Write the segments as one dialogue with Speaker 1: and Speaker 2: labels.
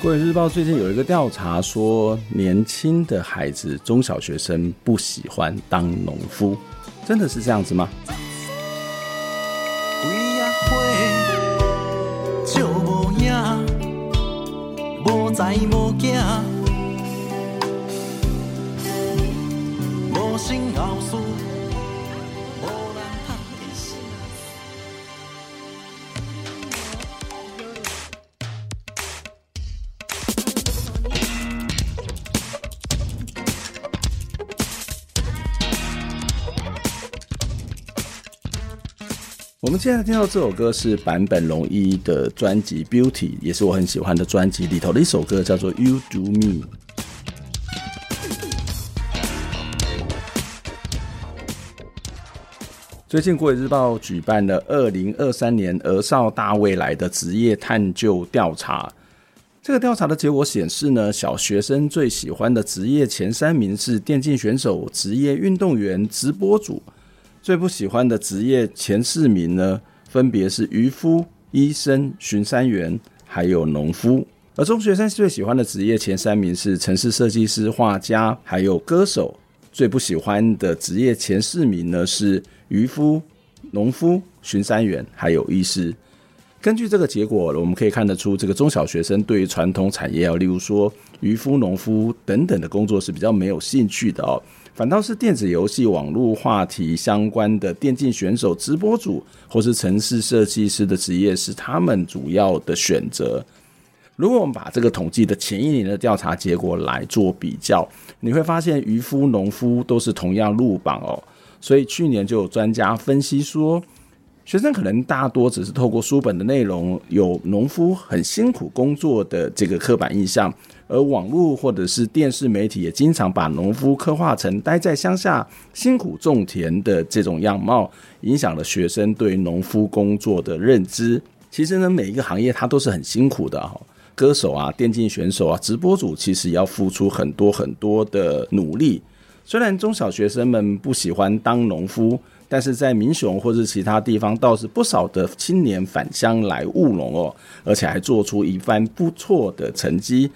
Speaker 1: 各位日报最近有一个调查说，年轻的孩子、中小学生不喜欢当农夫，真的是这样子吗？
Speaker 2: 几啊岁，少无影，无才无囝，无心后事，无人通提醒。
Speaker 1: 我们现在听到这首歌是坂本龙一的专辑《Beauty》，也是我很喜欢的专辑里头的一首歌，叫做《You Do Me》。最近国语日报举办了二零二三年儿少大未来的职业探究调查。这个调查的结果显示呢，小学生最喜欢的职业前三名是电竞选手、职业运动员、直播主。最不喜欢的职业前四名呢，分别是渔夫、医生、巡山员，还有农夫。而中学生最喜欢的职业前三名是城市设计师、画家，还有歌手。最不喜欢的职业前四名呢是渔夫、农夫、巡山员，还有医师。根据这个结果，我们可以看得出，这个中小学生对于传统产业啊，例如说渔夫、农夫等等的工作是比较没有兴趣的哦，反倒是电子游戏、网络话题相关的电竞选手、直播主或是城市设计师的职业是他们主要的选择。如果我们把这个统计的前一年的调查结果来做比较，你会发现渔夫、农夫都是同样入榜哦。所以去年就有专家分析说，学生可能大多只是透过书本的内容，有农夫很辛苦工作的这个刻板印象，而网络或者是电视媒体也经常把农夫刻画成待在乡下辛苦种田的这种样貌，影响了学生对农夫工作的认知。其实呢，每一个行业它都是很辛苦的哈、歌手啊、电竞选手啊、直播主，其实也要付出很多很多的努力。虽然中小学生们不喜欢当农夫，但是在民雄或是其他地方，倒是不少的青年返乡来务农哦，而且还做出一番不错的成绩。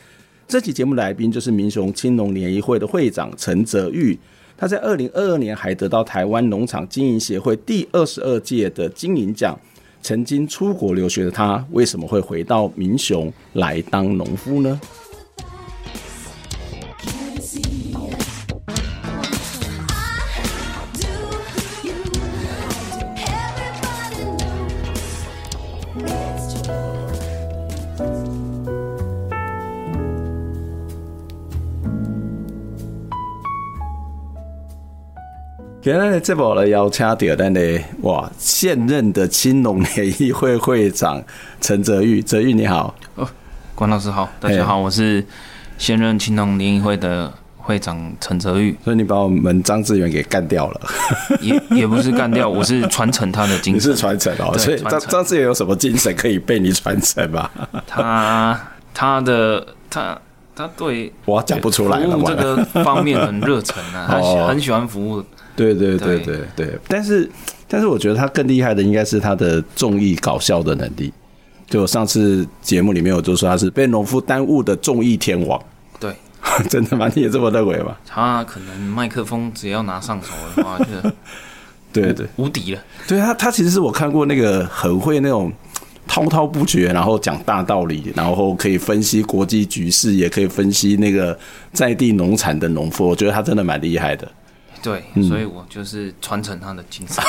Speaker 1: 这期节目的来宾就是民雄青农联谊会的会长陈泽玉，他在二零二二年还得到台湾农场经营协会第二十二届的经营奖。曾经出国留学的他，为什么会回到民雄来当农夫呢？今日这部咧邀请到咱的哇现任的青农联谊会会长陈泽玉，泽玉你好，，
Speaker 3: 哦关老师好，大家好，我是现任青农联谊会的会长陈泽玉
Speaker 1: 所以你把我们张志远给干掉了，
Speaker 3: 也也不是干掉，我是传承他的 精
Speaker 1: 你是
Speaker 3: 神。
Speaker 1: 传承哦，
Speaker 3: 对
Speaker 1: 所以张
Speaker 3: 传承
Speaker 1: 张志远有什么精神可以被你传承吗？
Speaker 3: 他他的他他对
Speaker 1: 我讲不出来了，
Speaker 3: 服务
Speaker 1: 完
Speaker 3: 这
Speaker 1: 了
Speaker 3: 个方面很热忱啊，他喜
Speaker 1: 哦
Speaker 3: 很喜欢服务。
Speaker 1: 对对对
Speaker 3: 对
Speaker 1: 对对，但是但是我觉得他更厉害的应该是他的综艺搞笑的能力。就我上次节目里面，我就说他是被农夫耽误的综艺天王，
Speaker 3: 对
Speaker 1: 真的吗？你也这么认为吗？
Speaker 3: 他可能麦克风只要拿上手的话，就
Speaker 1: 对对
Speaker 3: 无敌了。
Speaker 1: 对，他他其实是我看过那个很会那种滔滔不绝，然后讲大道理，然后可以分析国际局势，也可以分析那个在地农产的农夫，我觉得他真的蛮厉害的。
Speaker 3: 对，
Speaker 1: 嗯
Speaker 3: 所以我就是传承他的精神。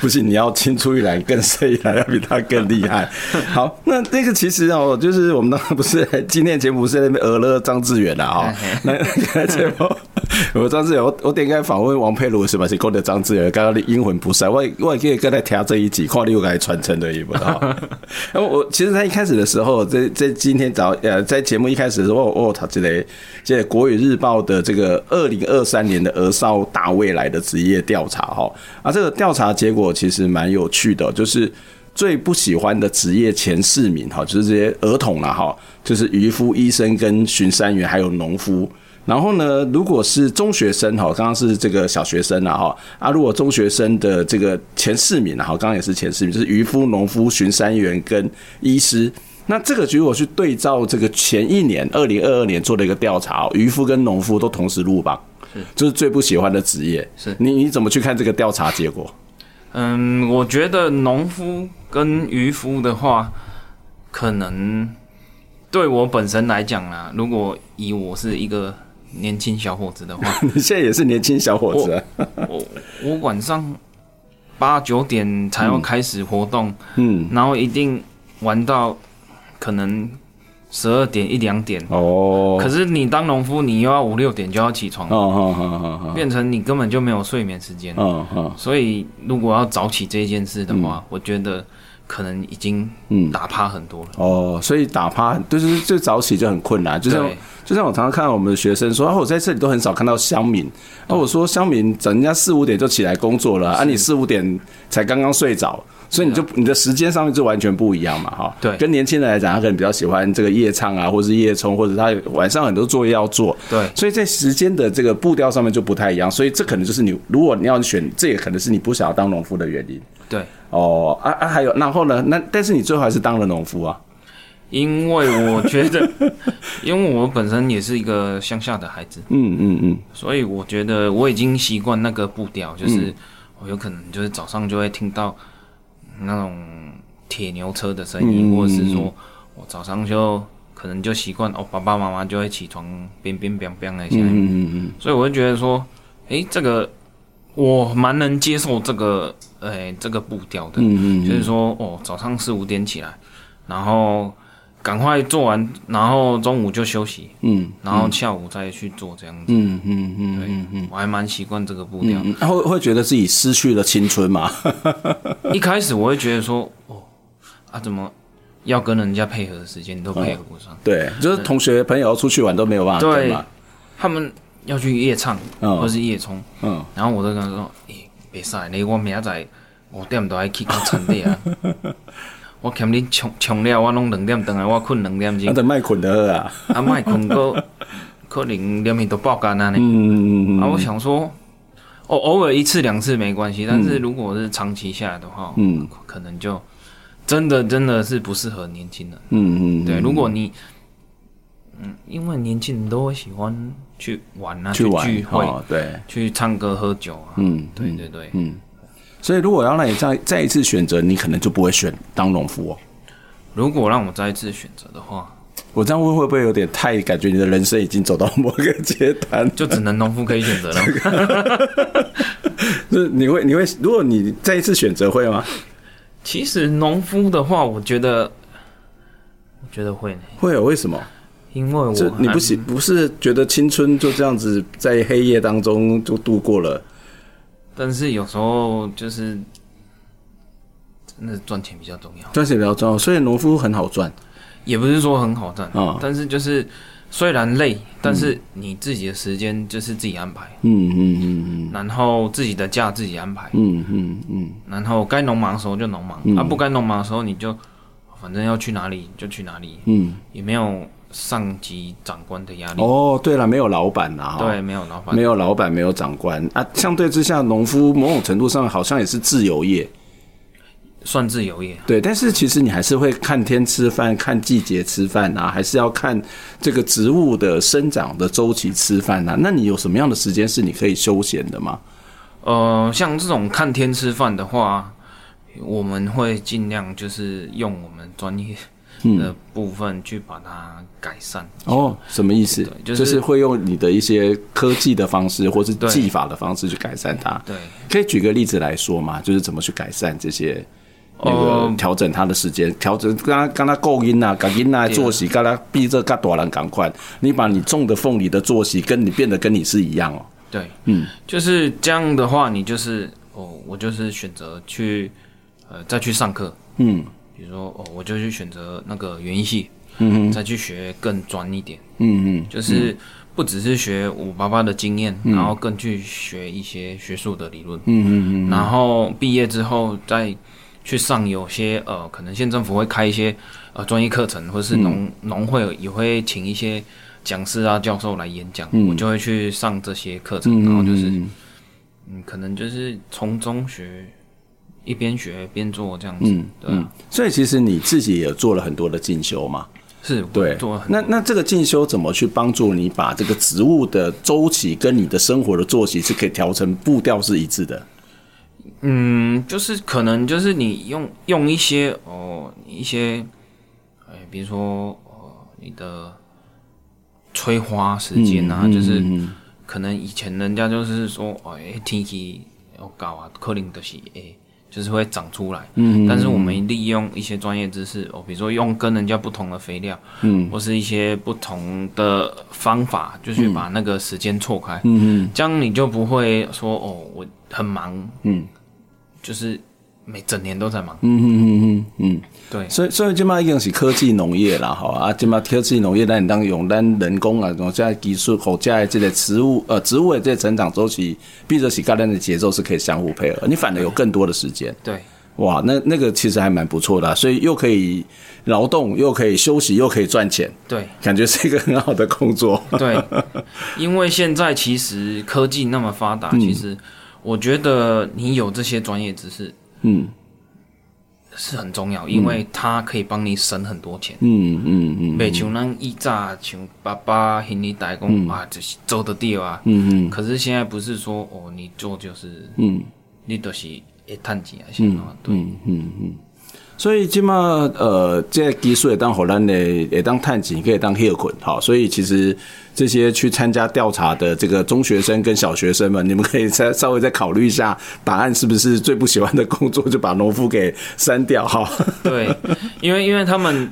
Speaker 1: 不是你要青出于蓝更胜于蓝，要比他更厉害。好，那那个其实哦，呃 就是我们当然不是今天节目不是在那边讹了张志远的啊、哦，那刚才节目我张志远，我我顶该访问王佩茹是嘛？是讲的张志远，刚刚你阴魂不散，我我也可以跟他调这一集，看你又该传承的一部哈。然后我其实，在一开始的时候，在在今天早呃，在节目一开始的时候，我我他这个这个国语日报的这个二零二三年的儿少大未来的职业调查哈，啊，这个调查结果其实蛮有趣的，就是。最不喜欢的职业前四名哈，就是这些儿童啦哈，就是渔夫、医生跟巡山员，还有农夫。然后呢，如果是中学生哈，刚刚是这个小学生啦哈啊，如果中学生的这个前四名哈，刚刚也是前四名，就是渔夫、农夫、巡山员跟医师。那这个如果去对照这个前一年二零二二年做的一个调查哦，渔夫跟农夫都同时入榜，就是最不喜欢的职业。
Speaker 3: 是
Speaker 1: 你你怎么去看这个调查结果？
Speaker 3: 嗯，我觉得农夫跟渔夫的话，可能对我本身来讲啦，如果以我是一个年轻小伙子的话，
Speaker 1: 你现在也是年轻小伙子、啊，
Speaker 3: 我我晚上八九点才要开始活动，
Speaker 1: 嗯，
Speaker 3: 然后一定玩到可能十二点一两点。
Speaker 1: 哦，
Speaker 3: 可是你当农夫，你又要五六点就要起床，
Speaker 1: 哦哦哦
Speaker 3: 变成你根本就没有睡眠时间。
Speaker 1: 哦哦，
Speaker 3: 所以如果要早起这件事的话，我觉得可能已经
Speaker 1: 嗯
Speaker 3: 打趴很多了。
Speaker 1: 哦，所以打趴就是最早起就很困难，就像
Speaker 3: 对
Speaker 1: 就像我常常看到我们的学生说，啊，我在这里都很少看到乡民，啊，我说乡民，人家四五点就起来工作了，啊，你四五点才刚刚睡着。所以你就你的时间上面就完全不一样嘛，哈。
Speaker 3: 啊对
Speaker 1: 跟年轻人来讲，他可能比较喜欢这个夜唱啊，或是夜冲，或者他晚上很多作业要做。
Speaker 3: 对
Speaker 1: 所以在时间的这个步调上面就不太一样，所以这可能就是你，如果你要选，这也可能是你不想要当农夫的原因。
Speaker 3: 对，
Speaker 1: 哦，啊啊，还有，然后呢？那但是你最后还是当了农夫啊。
Speaker 3: 因为我觉得， 因为我本身也是一个乡下的孩子，
Speaker 1: 嗯嗯嗯，
Speaker 3: 所以我觉得我已经习惯那个步调，
Speaker 1: 嗯
Speaker 3: 就是我有可能就是早上就会听到那种铁牛车的声
Speaker 1: 嗯
Speaker 3: 音，或者是说我早上就可能就习惯哦，爸爸妈妈就会起床，边边边边的一下，
Speaker 1: 嗯嗯
Speaker 3: 所以我就觉得说，诶，这个我蛮能接受这个，诶，这个步调的，
Speaker 1: 嗯
Speaker 3: 就是说，哦，早上四五点起来，然后赶快做完，然后中午就休息，
Speaker 1: 嗯
Speaker 3: 然后下午再去做这样子。
Speaker 1: 嗯嗯嗯
Speaker 3: 对，我还蛮习惯这个步调。
Speaker 1: 嗯，他会会觉得自己失去了青春嘛？嗯
Speaker 3: 一开始我会觉得说，哦，啊，怎么要跟人家配合的时间都配合不上？啊
Speaker 1: 对，就是同学朋友出去玩都没有办法跟
Speaker 3: 对
Speaker 1: 嗯嘛。，
Speaker 3: 他们要去夜唱
Speaker 1: 嗯
Speaker 3: 或是夜冲，
Speaker 1: 嗯，
Speaker 3: 然后我就跟他说：“诶、别使你，我明仔载五点 都爱去到场地啊。我欠你冲冲了，我拢两点回来，我困两点
Speaker 1: 那
Speaker 3: 钟，
Speaker 1: 得卖捆的二啊。
Speaker 3: 啊，莫 困到可能两点都爆肝啊呢。
Speaker 1: 嗯嗯
Speaker 3: 啊，
Speaker 1: 嗯
Speaker 3: 我想说，哦，偶尔一次两次没关系，但是如果是长期下来的话，
Speaker 1: 嗯
Speaker 3: 可可能就真的真的是不适合年轻人。
Speaker 1: 嗯嗯，
Speaker 3: 对，如果你嗯，因为年轻人都会喜欢去玩啊，
Speaker 1: 去
Speaker 3: 去
Speaker 1: 玩
Speaker 3: 聚会，
Speaker 1: 哦，对，
Speaker 3: 去唱歌喝酒啊。
Speaker 1: 嗯，
Speaker 3: 对对对，
Speaker 1: 嗯。所以，如果要让你再再一次选择，你可能就不会选当农夫哦。
Speaker 3: 如果让我再一次选择的话，
Speaker 1: 我这样问会不会有点太感觉你的人生已经走到某个阶段？
Speaker 3: 就只能农夫可以选择了。
Speaker 1: 就是你会你会，如果你再一次选择会吗？
Speaker 3: 其实农夫的话，我觉得，我觉得会呢，
Speaker 1: 会哦有为什么？
Speaker 3: 因为我
Speaker 1: 这你不
Speaker 3: 还
Speaker 1: 喜不是觉得青春就这样子在黑夜当中就度过了？
Speaker 3: 但是有时候就是真的赚钱比较重要，
Speaker 1: 赚钱比较重要，所以农夫很好赚。
Speaker 3: 也不是说很好赚，
Speaker 1: 嗯
Speaker 3: 但是就是虽然累，但是你自己的时间就是自己安排，
Speaker 1: 嗯嗯嗯
Speaker 3: 然后自己的假自己安排，
Speaker 1: 嗯嗯嗯
Speaker 3: 然后该农忙的时候就农忙，啊不该农忙的时候你就反正要去哪里就去哪里，
Speaker 1: 嗯。
Speaker 3: 也没有上级长官的压力，
Speaker 1: 哦，对了，没有老板啦，哈
Speaker 3: 对，，没有老板
Speaker 1: 没，有老板，没有长官啊。相对之下，农夫某种程度上好像也是自由业，
Speaker 3: 算自由业，
Speaker 1: 对。但是其实你还是会看天吃饭，看季节吃饭啊，还是要看这个植物的生长的周期吃饭啊。那你有什么样的时间是你可以休闲的吗？
Speaker 3: 呃，像这种看天吃饭的话，我们会尽量就是用我们专业
Speaker 1: 嗯
Speaker 3: 的部分去把它改善。
Speaker 1: 哦，什么意思？
Speaker 3: 就
Speaker 1: 就
Speaker 3: 是
Speaker 1: 是会用你的一些科技的方式，或是
Speaker 3: 对
Speaker 1: 技法的方式去改善它。
Speaker 3: 对，
Speaker 1: 可以举个例子来说嘛，就是怎么去改善这些那个
Speaker 3: 哦
Speaker 1: 调整它的时间，调整刚刚刚它够音啊呐，赶音呐作息，刚它逼着嘎多人赶快，你把你种的凤梨的作息跟你变得跟你是一样哦。
Speaker 3: 对，
Speaker 1: 嗯，
Speaker 3: 就是这样的话，你就是哦，我就是选择去呃再去上课，
Speaker 1: 嗯
Speaker 3: 比如说哦，我就去选择那个园艺系，
Speaker 1: 嗯
Speaker 3: 再去学更专一点，
Speaker 1: 嗯嗯，嗯
Speaker 3: 就是不只是学我爸爸的经验，然后更去学一些学术的理论，
Speaker 1: 嗯嗯嗯，
Speaker 3: 然后毕业之后再去上有些呃，可能县政府会开一些呃专业课程，或是
Speaker 1: 嗯
Speaker 3: 农农、会也会请一些讲师啊、教授来演讲，
Speaker 1: 嗯
Speaker 3: 我就会去上这些课程，
Speaker 1: 嗯
Speaker 3: 然后就是
Speaker 1: 嗯
Speaker 3: 嗯，可能就是从中学，一边学边做这样子，
Speaker 1: 嗯
Speaker 3: 对、
Speaker 1: 嗯
Speaker 3: 啊，，
Speaker 1: 所以其实你自己也做了很多的进修嘛，
Speaker 3: 是
Speaker 1: 对，
Speaker 3: 做了很
Speaker 1: 那那这个进修怎么去帮助你把这个植物的周期跟你的生活的作息是可以调成步调是一致的？
Speaker 3: 嗯，就是可能就是你用用一些哦一些，哎，比如说哦你的催花时间
Speaker 1: 嗯
Speaker 3: 啊，就是可能以前人家就是说哦哎天气要搞啊，可能就是哎就是会长出来，嗯，但是我们利用一些专业知识哦，比如说用跟人家不同的肥料，嗯，或是一些不同的方法，就去把那个时间错开，
Speaker 1: 嗯嗯
Speaker 3: 这样你就不会说哦我很忙。
Speaker 1: 嗯
Speaker 3: 就是每整年都在忙。
Speaker 1: 嗯嗯嗯嗯
Speaker 3: 对
Speaker 1: 嗯，，所以所以今嘛已经是科技农业啦，吼啊，今嘛科技农业咱当用咱人工啊，用这技术吼，这这个植物呃植物的这个成长周期，必须是跟咱的节奏是可以相互配合，你反而有更多的时间。
Speaker 3: 对，
Speaker 1: 哇，那那个其实还蛮不错的啊、所以又可以劳动，又可以休息，又可以赚钱，
Speaker 3: 对，
Speaker 1: 感觉是一个很好的工作。
Speaker 3: 对，因为现在其实科技那么发
Speaker 1: 嗯
Speaker 3: 达，其实我觉得你有这些专业知识
Speaker 1: 嗯
Speaker 3: 是很重要，因为它可以帮你省很多钱。
Speaker 1: 嗯嗯嗯
Speaker 3: 袂像咱以早像爸爸兄弟代讲啊，就是做得到啊。
Speaker 1: 嗯嗯嗯
Speaker 3: 可是现在不是说哦，你做就是
Speaker 1: 嗯
Speaker 3: 你就是会趁钱啊，是吗？对，
Speaker 1: 嗯嗯嗯。所以今嘛呃，这技术也当荷兰的，也当探景，可以当 h 捆好。所以其实这些去参加调查的这个中学生跟小学生们，你们可以再稍微再考虑一下，答案是不是最不喜欢的工作，就把农夫给删掉哈。
Speaker 3: 对，因为因为他们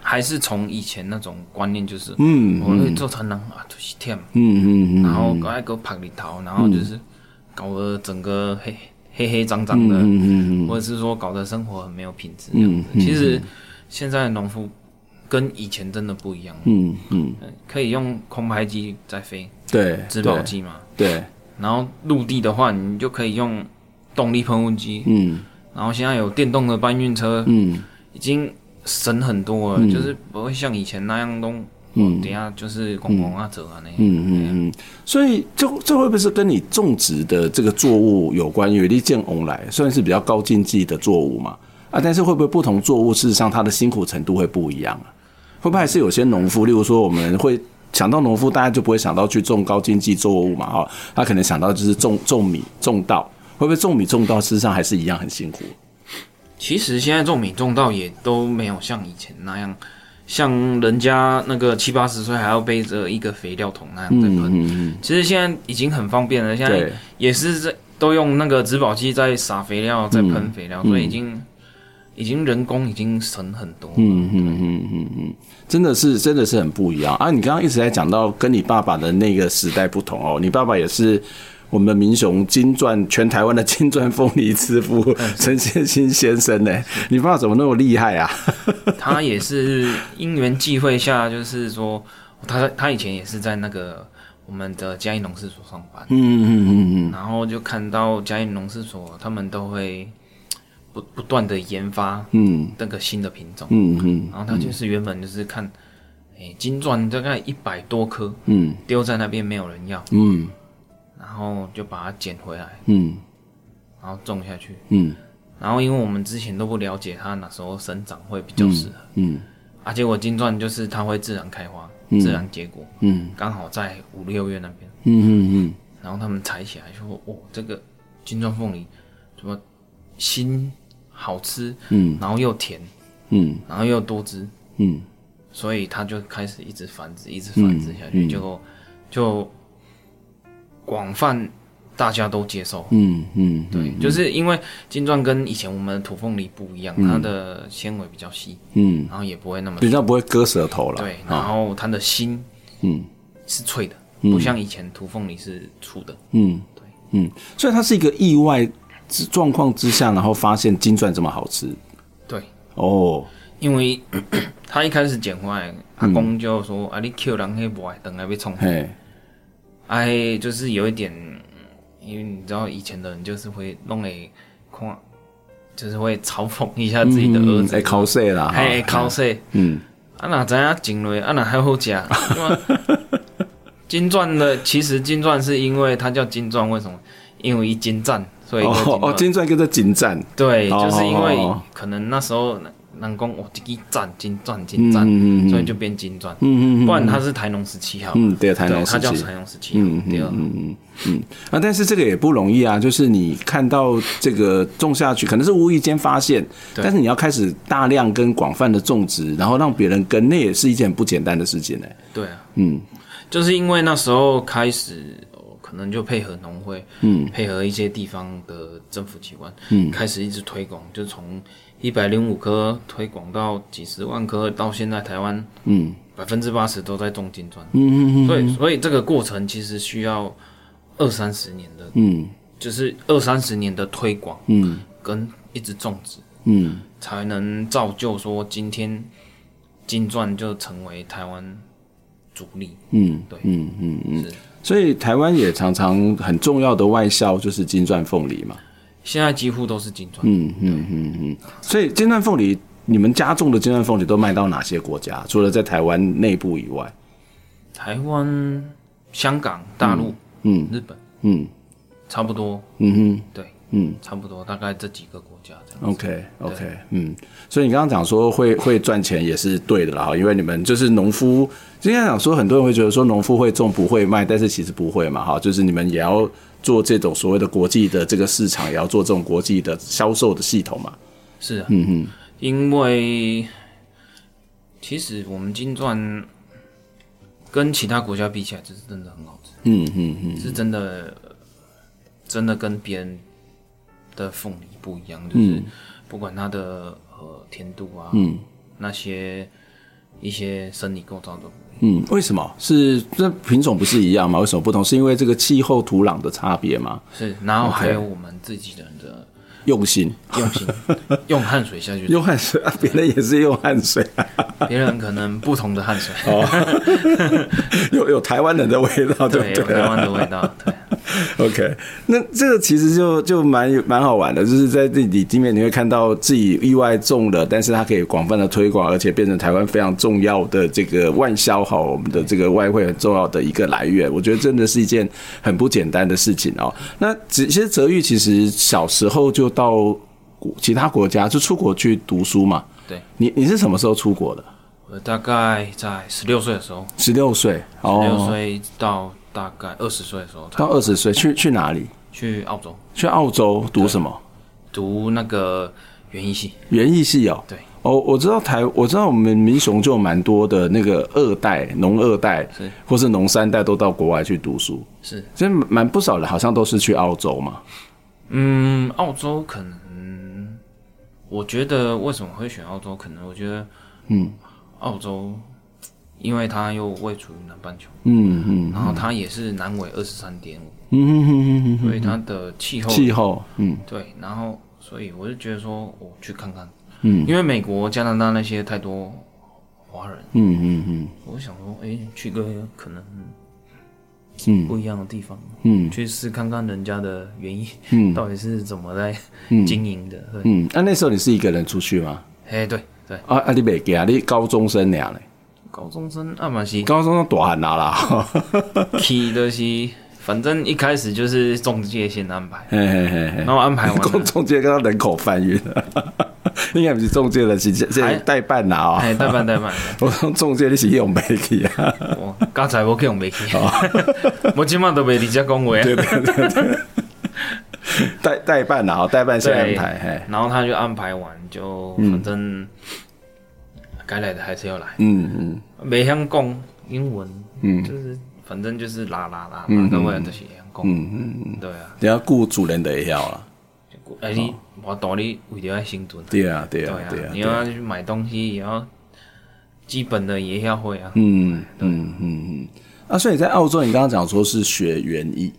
Speaker 3: 还是从以前那种观念，就是
Speaker 1: 嗯
Speaker 3: 我会做成人啊，就是忝。
Speaker 1: 嗯嗯嗯，嗯
Speaker 3: 然后搞一个拍里头，然后就是搞得整个黑黑黑脏脏的，
Speaker 1: 嗯嗯嗯
Speaker 3: 或者是说搞得生活很没有品质这样子。其实现在的农夫跟以前真的不一样，
Speaker 1: 嗯嗯，
Speaker 3: 嗯可以用空拍机在飞，
Speaker 1: 对，
Speaker 3: 植保机嘛，
Speaker 1: 对，对，
Speaker 3: 然后陆地的话，你就可以用动力喷雾机，
Speaker 1: 嗯
Speaker 3: 然后现在有电动的搬运车，
Speaker 1: 嗯
Speaker 3: 已经省很多了，就是不会像以前那样弄。
Speaker 1: 嗯
Speaker 3: 嗯，等一下就是公公啊走啊那样，
Speaker 1: 嗯嗯嗯，所以这这会不会是跟你种植的这个作物有关？因为利见翁来虽然是比较高经济的作物嘛，啊，但是会不会不同作物事实上它的辛苦程度会不一样啊？会不会还是有些农夫，例如说我们会。想到农夫，大家就不会想到去种高经济作物嘛，哈、他可能想到就是种种米、种稻，会不会种米、种稻事实上还是一样很辛苦？
Speaker 3: 其实现在种米种稻也都没有像以前那样，像人家那个七八十岁还要背着一个肥料桶那样在
Speaker 1: 嗯
Speaker 3: 喷。
Speaker 1: 嗯嗯，
Speaker 3: 其实现在已经很方便了，现在
Speaker 1: 对，
Speaker 3: 也是在都用那个植保机在撒肥料，在
Speaker 1: 嗯
Speaker 3: 喷肥料，所以已经、已经人工已经省很多。
Speaker 1: 嗯嗯嗯嗯嗯，真的是真的是很不一样啊！你刚刚一直在讲到跟你爸爸的那个时代不同哦，你爸爸也是我们民雄金钻全台湾的金钻凤梨之父陈建新先生呢，你爸爸怎么那么厉害啊？
Speaker 3: 他也是因缘际会下，就是说他他以前也是在那个我们的嘉义农事所上班，
Speaker 1: 嗯嗯嗯
Speaker 3: 然后就看到嘉义农事所他们都会不不断的研发
Speaker 1: 嗯
Speaker 3: 那个新的品种，
Speaker 1: 嗯嗯
Speaker 3: 然后他就是原本就是看，诶、金钻大概一百多颗
Speaker 1: 嗯
Speaker 3: 丢在那边没有人要，
Speaker 1: 嗯
Speaker 3: 然后就把它捡回来，
Speaker 1: 嗯
Speaker 3: 然后种下去，
Speaker 1: 嗯
Speaker 3: 然后因为我们之前都不了解它哪时候生长会比较适合，
Speaker 1: 嗯
Speaker 3: 啊，结果金钻就是它会自然开花，自然结果，
Speaker 1: 嗯
Speaker 3: 刚好在五六月那边，
Speaker 1: 嗯嗯
Speaker 3: 然后他们采起来说，哦，这个金钻凤梨什么新好吃，
Speaker 1: 嗯
Speaker 3: 然后又甜，
Speaker 1: 嗯
Speaker 3: 然后又多汁，
Speaker 1: 嗯
Speaker 3: 所以它就开始一直繁殖，一直繁殖下去，
Speaker 1: 嗯嗯
Speaker 3: 结果就广泛大家都接受。
Speaker 1: 嗯嗯，
Speaker 3: 对，就是因为金钻跟以前我们的土凤梨不一样，它的纤维比较细，
Speaker 1: 嗯，
Speaker 3: 然后也不会那么
Speaker 1: 比较不会割舌头了。
Speaker 3: 对，然后它的心
Speaker 1: 嗯
Speaker 3: 是脆的，不像以前土凤梨是粗的。
Speaker 1: 嗯，
Speaker 3: 对，
Speaker 1: 嗯，所以它是一个意外之状况之下，然后发现金钻这么好吃
Speaker 3: 对，
Speaker 1: 哦，
Speaker 3: 因为 他一开始捡回来，阿公就说：“啊，你捡人迄无爱，等来被冲。”
Speaker 1: 嗯嘿，
Speaker 3: 哎，就是有一点，嗯因为你知道以前的人就是会弄诶，看，就是会嘲讽一下自己的儿子，
Speaker 1: 哎，考试啦，哈
Speaker 3: 哎，考，试，
Speaker 1: 嗯，
Speaker 3: 啊哪知影进来，啊哪还好吃，对 吗金钻的其实金钻是因为它叫金钻，为什么？因为一金钻，所以叫
Speaker 1: 哦哦，金钻跟着金钻，
Speaker 3: 对，
Speaker 1: 哦
Speaker 3: 就是因为
Speaker 1: 哦哦
Speaker 3: 可能那时候南宫我一个钻金钻金
Speaker 1: 嗯
Speaker 3: 钻，
Speaker 1: 嗯嗯
Speaker 3: 所以就变金钻，
Speaker 1: 嗯嗯嗯，
Speaker 3: 不然它是台农十七号，
Speaker 1: 嗯，对，台
Speaker 3: 对，
Speaker 1: 南
Speaker 3: 它
Speaker 1: 时
Speaker 3: 叫
Speaker 1: 期，
Speaker 3: 台农十七
Speaker 1: 嗯
Speaker 3: 号，
Speaker 1: 嗯
Speaker 3: 对啊。
Speaker 1: 嗯嗯嗯啊，但是这个也不容易啊，就是你看到这个种下去，可能是无意间发现，
Speaker 3: 对
Speaker 1: 但是你要开始大量跟广泛的种植，然后让别人跟，那也是一件很不简单的事情呢、
Speaker 3: 对啊，
Speaker 1: 嗯
Speaker 3: 就是因为那时候开始，哦可能就配合农会，嗯，配合一些地方的政府机关，嗯，开始一直推广，就从一百零五颗推广到几十万颗，到现在台湾
Speaker 1: 嗯
Speaker 3: 百分之八十都在种金砖，
Speaker 1: 嗯嗯
Speaker 3: 所以所以这个过程其实需要二三十年的，
Speaker 1: 嗯
Speaker 3: 就是二三十年的推广
Speaker 1: 嗯
Speaker 3: 跟一直种植，
Speaker 1: 嗯
Speaker 3: 才能造就说今天金砖就成为台湾主力，
Speaker 1: 嗯
Speaker 3: 对，
Speaker 1: 嗯嗯嗯，
Speaker 3: 是。
Speaker 1: 所以台湾也常常很重要的外销就是金钻凤梨嘛，
Speaker 3: 现在几乎都是金砖，
Speaker 1: 嗯嗯嗯嗯，所以金钻凤梨，你们家种的金钻凤梨都卖到哪些国家？除了在台湾内部以外，
Speaker 3: 台湾、香港、大陆、
Speaker 1: 嗯
Speaker 3: 日本，
Speaker 1: 嗯
Speaker 3: 差不多，
Speaker 1: 嗯哼
Speaker 3: 对，
Speaker 1: 嗯。
Speaker 3: 差不多，大概这几个国家这样。
Speaker 1: OK OK，嗯，所以你刚刚讲说会会赚钱也是对的啦，哈，因为你们就是农夫。今天讲说很多人会觉得说农夫会种不会卖，但是其实不会嘛，哈，就是你们也要做这种所谓的国际的这个市场，也要做这种国际的销售的系统嘛。
Speaker 3: 是啊，嗯嗯，因为其实我们金钻跟其他国家比起来，这是真的很好吃，
Speaker 1: 嗯嗯嗯
Speaker 3: 是真的真的跟别人的凤梨不一样，
Speaker 1: 嗯
Speaker 3: 就是不管它的呃甜度啊，嗯，那些一些生理构造都不一样。
Speaker 1: 嗯，为什么是这品种不是一样吗？为什么不同？是因为这个气候、土壤的差别吗？
Speaker 3: 是，然后
Speaker 1: OK
Speaker 3: 还有我们自己人的
Speaker 1: 用心，
Speaker 3: 用 心，用汗水下去，
Speaker 1: 用汗水，啊别人也是用汗水、啊，
Speaker 3: 别人可能不同的汗水，
Speaker 1: 哦 有有台湾人的味道，对
Speaker 3: 对，
Speaker 1: 不
Speaker 3: 有
Speaker 1: 对？
Speaker 3: 台湾的味道，对，
Speaker 1: OK，那这个其实就就蛮有蛮好玩的，就是在这里今面你会看到自己意外中了，但是它可以广泛的推广，而且变成台湾非常重要的这个外销哈，我们的这个外汇很重要的一个来源。我觉得真的是一件很不简单的事情哦。那其其实泽玉其实小时候就到国其他国家就出国去读书嘛。
Speaker 3: 对，
Speaker 1: 你你是什么时候出国的？
Speaker 3: 我大概在十六岁的时候，
Speaker 1: 十六岁，
Speaker 3: 十六
Speaker 1: 哦，
Speaker 3: 岁到大概二十岁的时候才
Speaker 1: 到二十岁去去哪里？
Speaker 3: 去澳洲
Speaker 1: 去澳洲读什么？
Speaker 3: 读那个园艺系，
Speaker 1: 园艺系哦。
Speaker 3: 对，
Speaker 1: 哦，我知道台，我知道我们民雄就有蛮多的那个二代、农二代，
Speaker 3: 是
Speaker 1: 或是农三代都到国外去读书，
Speaker 3: 是，
Speaker 1: 所以蛮不少的，好像都是去澳洲嘛。
Speaker 3: 嗯，澳洲可能，我觉得为什么会选澳洲，可能我觉得，
Speaker 1: 嗯，
Speaker 3: 澳洲，因为它又位处于南半球，
Speaker 1: 嗯嗯
Speaker 3: 然后它也是南纬二十三点五，
Speaker 1: 嗯嗯嗯嗯
Speaker 3: 所以它的气候
Speaker 1: 嗯，气候，嗯
Speaker 3: 对，然后所以我就觉得说，我去看看，
Speaker 1: 嗯
Speaker 3: 因为美国、加拿大那些太多华人，
Speaker 1: 嗯嗯嗯
Speaker 3: 我想说，哎，去个可能
Speaker 1: 嗯
Speaker 3: 不一样的地方，
Speaker 1: 嗯
Speaker 3: 去试看看人家的原因、
Speaker 1: 嗯
Speaker 3: 到底是怎么在
Speaker 1: 嗯
Speaker 3: 经营的。对，
Speaker 1: 嗯。那、那时候你是一个人出去吗？
Speaker 3: 哎、对对，
Speaker 1: 啊啊，你袂给啊，你高中生俩嘞，
Speaker 3: 高中生阿玛西
Speaker 1: 高中生大汉啦 啦，
Speaker 3: 去的是，反正一开始就是中介先安排，
Speaker 1: 嘿嘿嘿嘿
Speaker 3: 然。后安排完
Speaker 1: 中
Speaker 3: 了，
Speaker 1: 中介跟他人口贩运， 应该不是中介了，是是
Speaker 3: 还
Speaker 1: 代办啦啊、
Speaker 3: 哎、代办代办，
Speaker 1: 我讲中介你是用媒体啊，
Speaker 3: 我刚才我去用袂去，
Speaker 1: 哦
Speaker 3: 我今晚都袂伫遮讲话。啊
Speaker 1: 对对对对，代代办啊，代办先安
Speaker 3: 对，
Speaker 1: 排，嘿，
Speaker 3: 然后他就安排完，就反正该来的还是要来，
Speaker 1: 嗯嗯
Speaker 3: 没想讲英文，嗯，就是反正就是拉拉拉拉，各位就是会晓讲，
Speaker 1: 嗯嗯，嗯，
Speaker 3: 对啊，
Speaker 1: 你要顾主人的也啊要啦，
Speaker 3: 哎你我道理为了要生存，
Speaker 1: 对啊对
Speaker 3: 对
Speaker 1: 啊
Speaker 3: 啊
Speaker 1: 对，啊
Speaker 3: 你
Speaker 1: 对啊，
Speaker 3: 要去买东西也要基本的也要会啊，
Speaker 1: 嗯嗯嗯嗯。嗯啊，所以在澳洲，你刚刚讲说是学园艺，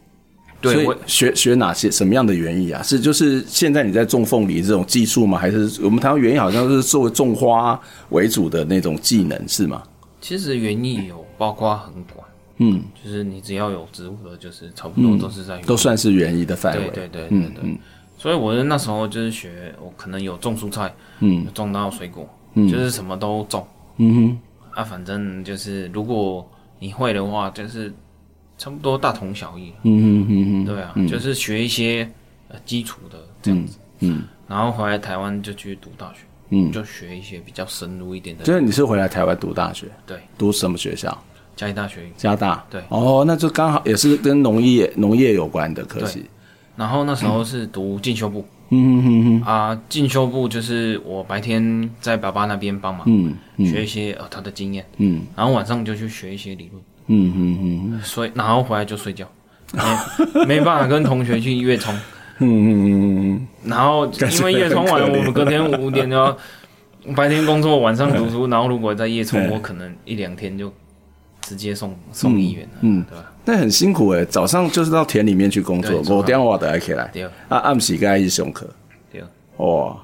Speaker 1: 所
Speaker 3: 对，
Speaker 1: 以
Speaker 3: 我
Speaker 1: 学学哪些什么样的园艺啊？是就是现在你在种凤梨这种技术吗？还是我们台湾园艺好像是作为种花为主的那种技能是吗？
Speaker 3: 其实园艺有包括很广，
Speaker 1: 嗯，
Speaker 3: 就是你只要有植物的，就是差不多都是在园艺
Speaker 1: 都算是园艺的范围。
Speaker 3: 对对对对
Speaker 1: 嗯
Speaker 3: 对。所以我那时候就是学，我可能有种蔬菜，
Speaker 1: 嗯，
Speaker 3: 种到水果，就是什么都种
Speaker 1: 嗯
Speaker 3: 啊，反正就是如果你会的话，就是差不多大同小异，
Speaker 1: 哼，嗯哼嗯哼，
Speaker 3: 对啊，就是学一些呃基础的这样子，
Speaker 1: 嗯
Speaker 3: 然后回来台湾就去读大学，
Speaker 1: 嗯，
Speaker 3: 就学一些比较深入一点的，
Speaker 1: 就是你是回来台湾读大学，
Speaker 3: 对，
Speaker 1: 读什么学校？
Speaker 3: 嘉义大学。
Speaker 1: 加大。
Speaker 3: 对
Speaker 1: 哦，那就刚好也是跟农业农业有关的科系。
Speaker 3: 然后那时候是读进修部、
Speaker 1: 嗯哼哼哼，
Speaker 3: 啊，进修部就是我白天在爸爸那边帮忙、
Speaker 1: 嗯
Speaker 3: 学一些呃他的经验，
Speaker 1: 嗯
Speaker 3: 然后晚上就去学一些理论，
Speaker 1: 嗯嗯嗯
Speaker 3: 所以然后回来就睡觉，没 没办法跟同学去夜冲，
Speaker 1: 嗯嗯嗯
Speaker 3: 然后因为夜冲完，我们隔天五点就要白天工作，晚上 读书，然后如果在夜冲，
Speaker 1: 对
Speaker 3: 我可能一两天就直接送送医院了，
Speaker 1: 嗯
Speaker 3: 对吧？
Speaker 1: 那很辛苦哎，早上就是到田里面去工作
Speaker 3: 对，早上
Speaker 1: 我电话的还起来，
Speaker 3: 对
Speaker 1: 啊暗时该去上课，
Speaker 3: 对啊，
Speaker 1: 哦，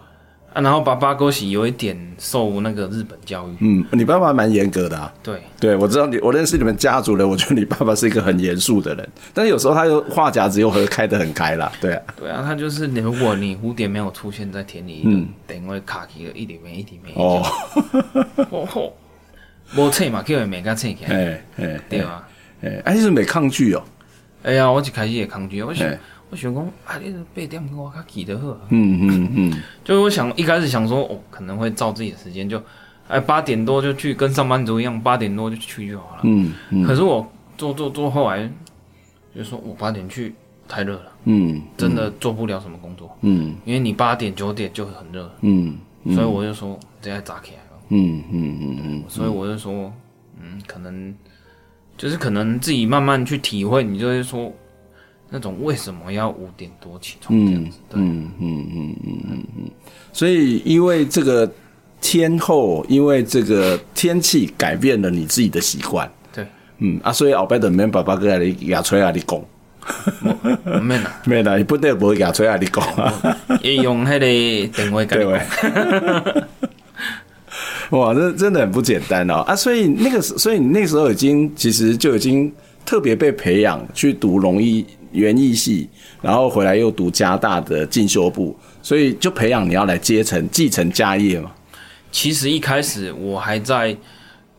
Speaker 3: 然后爸爸勾喜有一点受那个日本教育，
Speaker 1: 嗯，你爸爸蛮严格的啊。
Speaker 3: 对，
Speaker 1: 对，我知道你，我认识你们家族人，我觉得你爸爸是一个很严肃的人，但是有时候他又话匣子又和开得很开啦，对啊，
Speaker 3: 对啊，他就是如果你蝴蝶没有出现在田里，
Speaker 1: 嗯
Speaker 3: 等会卡起了一点没一点没，
Speaker 1: 哦，
Speaker 3: 吼吼， 无册嘛，叫伊每家册起来，
Speaker 1: 哎哎，
Speaker 3: 对啊。
Speaker 1: 哎，哎，你是没抗拒哦，
Speaker 3: 哎呀，我一开始也抗拒，我想
Speaker 1: 嘿
Speaker 3: 我想讲啊，你八点跟我较记得好啊。
Speaker 1: 嗯嗯嗯，
Speaker 3: 就是我想一开始想说，哦，可能会照自己的时间，就哎八点多就去，跟上班族一样，八点多就去就好了。
Speaker 1: 嗯嗯
Speaker 3: 可是我做做做，后来就说我八点去太热了，
Speaker 1: 嗯
Speaker 3: 真的做不了什么工作，
Speaker 1: 嗯
Speaker 3: 因为你八点九点就很热，
Speaker 1: 嗯
Speaker 3: 所以我就说这要扎起来了。
Speaker 1: 嗯嗯嗯
Speaker 3: 所以我就说，嗯，可能就是可能自己慢慢去体会，你就会说那种为什么要五点多起床这样子，对。
Speaker 1: 嗯嗯嗯嗯嗯嗯，所以因为这个天后，因为这个天气改变了你自己的习惯，
Speaker 3: 对，
Speaker 1: 嗯啊，所以后摆就免爸爸过来你牙吹啊你讲，嗯
Speaker 3: 免啦，
Speaker 1: 免啦，你不得无牙吹啊你讲啊，
Speaker 3: 伊用迄个电话哦跟
Speaker 1: 对
Speaker 3: 你
Speaker 1: 喂
Speaker 3: 讲。。
Speaker 1: 哇，这真的很不简单哦啊！所以那个时，所以你那时候已经其实就已经特别被培养去读农艺园艺系，然后回来又读加大的进修部，所以就培养你要来接承继承家业嘛。
Speaker 3: 其实一开始我还在，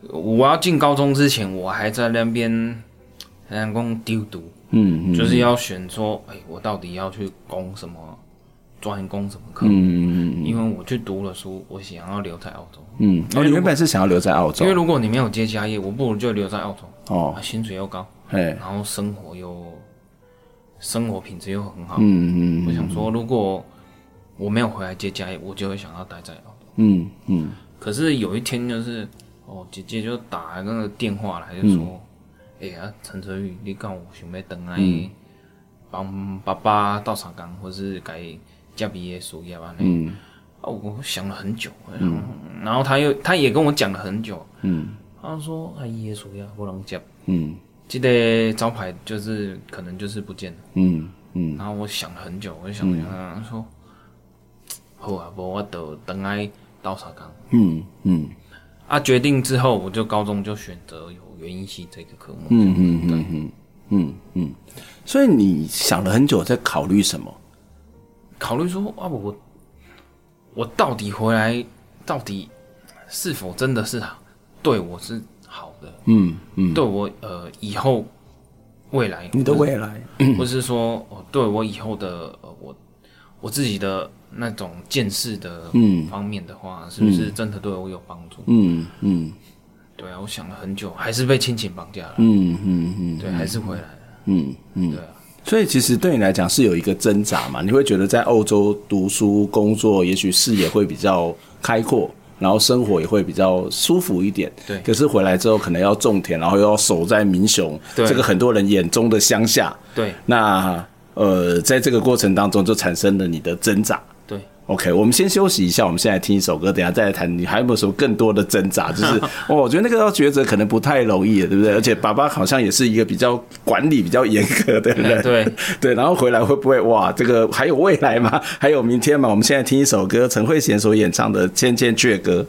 Speaker 3: 我要进高中之前，我还在那边人工丢读，
Speaker 1: 嗯嗯
Speaker 3: 就是要选说，哎，我到底要去攻什么专攻什么课？
Speaker 1: 嗯嗯
Speaker 3: 因为我去读了书，我想要留在澳洲。
Speaker 1: 嗯，哦，你原本是想要留在澳洲
Speaker 3: 因为如果你没有接家业，我不如就留在澳洲，
Speaker 1: 哦
Speaker 3: 啊，，薪水又高，
Speaker 1: 哎，
Speaker 3: 然后生活又生活品质又很好。
Speaker 1: 嗯
Speaker 3: 我
Speaker 1: 嗯
Speaker 3: 想说，如果我没有回来接家业，我就会想要待在澳洲。
Speaker 1: 嗯嗯
Speaker 3: 可是有一天就是，哦，姐姐就打那个电话来，就
Speaker 1: 嗯
Speaker 3: 说：“哎、呀、陈哲宇，你讲有想要等来
Speaker 1: 嗯
Speaker 3: 帮爸爸斗相共，或是改接毕业事业啊？”嗯，
Speaker 1: 嗯
Speaker 3: 啊，我想了很久，然后然后他又他也跟我讲了很久，
Speaker 1: 嗯
Speaker 3: 他说：“啊，伊的事业无人接，
Speaker 1: 嗯
Speaker 3: 这个招牌就是可能就是不见了。”
Speaker 1: 嗯嗯
Speaker 3: 然后我想了很久，我就想了想了，说：“好啊，无我就等来斗相共。”
Speaker 1: 嗯嗯
Speaker 3: 啊，决定之后，我就高中就选择有园艺系这个科目。
Speaker 1: 嗯嗯嗯嗯嗯，所以你想了很久在考虑什么？
Speaker 3: 考虑说啊，我我到底回来，到底是否真的是好对我是好的，
Speaker 1: 嗯嗯，
Speaker 3: 对我呃以后未来，
Speaker 1: 你的未来，
Speaker 3: 或是说哦，对我以后的呃我我自己的那种见识的
Speaker 1: 嗯
Speaker 3: 方面的话，是不是真的对我有帮助？
Speaker 1: 嗯嗯
Speaker 3: 对啊，我想了很久，还是被亲情绑架了，
Speaker 1: 嗯嗯嗯
Speaker 3: 对，还是回来了，
Speaker 1: 嗯嗯，
Speaker 3: 对啊。
Speaker 1: 所以其实对你来讲是有一个挣扎嘛，你会觉得在欧洲读书、工作，也许视野会比较开阔，然后生活也会比较舒服一点。
Speaker 3: 对
Speaker 1: 可是回来之后，可能要种田，然后又要守在民雄，
Speaker 3: 对
Speaker 1: 这个很多人眼中的乡下。
Speaker 3: 对
Speaker 1: 那呃，在这个过程当中，就产生了你的挣扎。
Speaker 3: 对，
Speaker 1: OK，我们先休息一下，我们现在听一首歌，等一下再来谈你还有没有什么更多的挣扎？就是 哦，我觉得那个要抉择可能不太容易，对不对？而且爸爸好像也是一个比较管理比较严格的人，
Speaker 3: 哎对
Speaker 1: 对。然后回来会不会哇，这个还有未来吗？ 还有明天吗？我们现在听一首歌，陈慧娴所演唱的《千千阙歌》。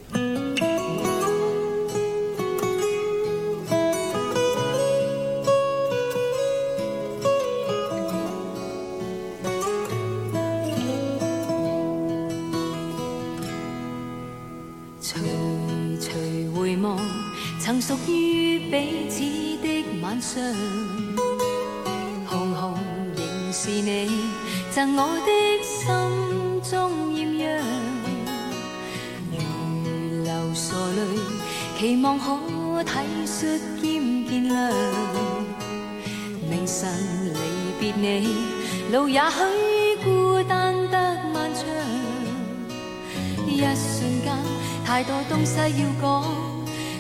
Speaker 4: 徐徐回望，曾屬於彼此的晚上，紅紅仍是你贈我的心中豔陽，如流傻淚，期望可體恤兼見諒。明晨離別你，路也許孤單得漫長。一瞬間，太多東西要講，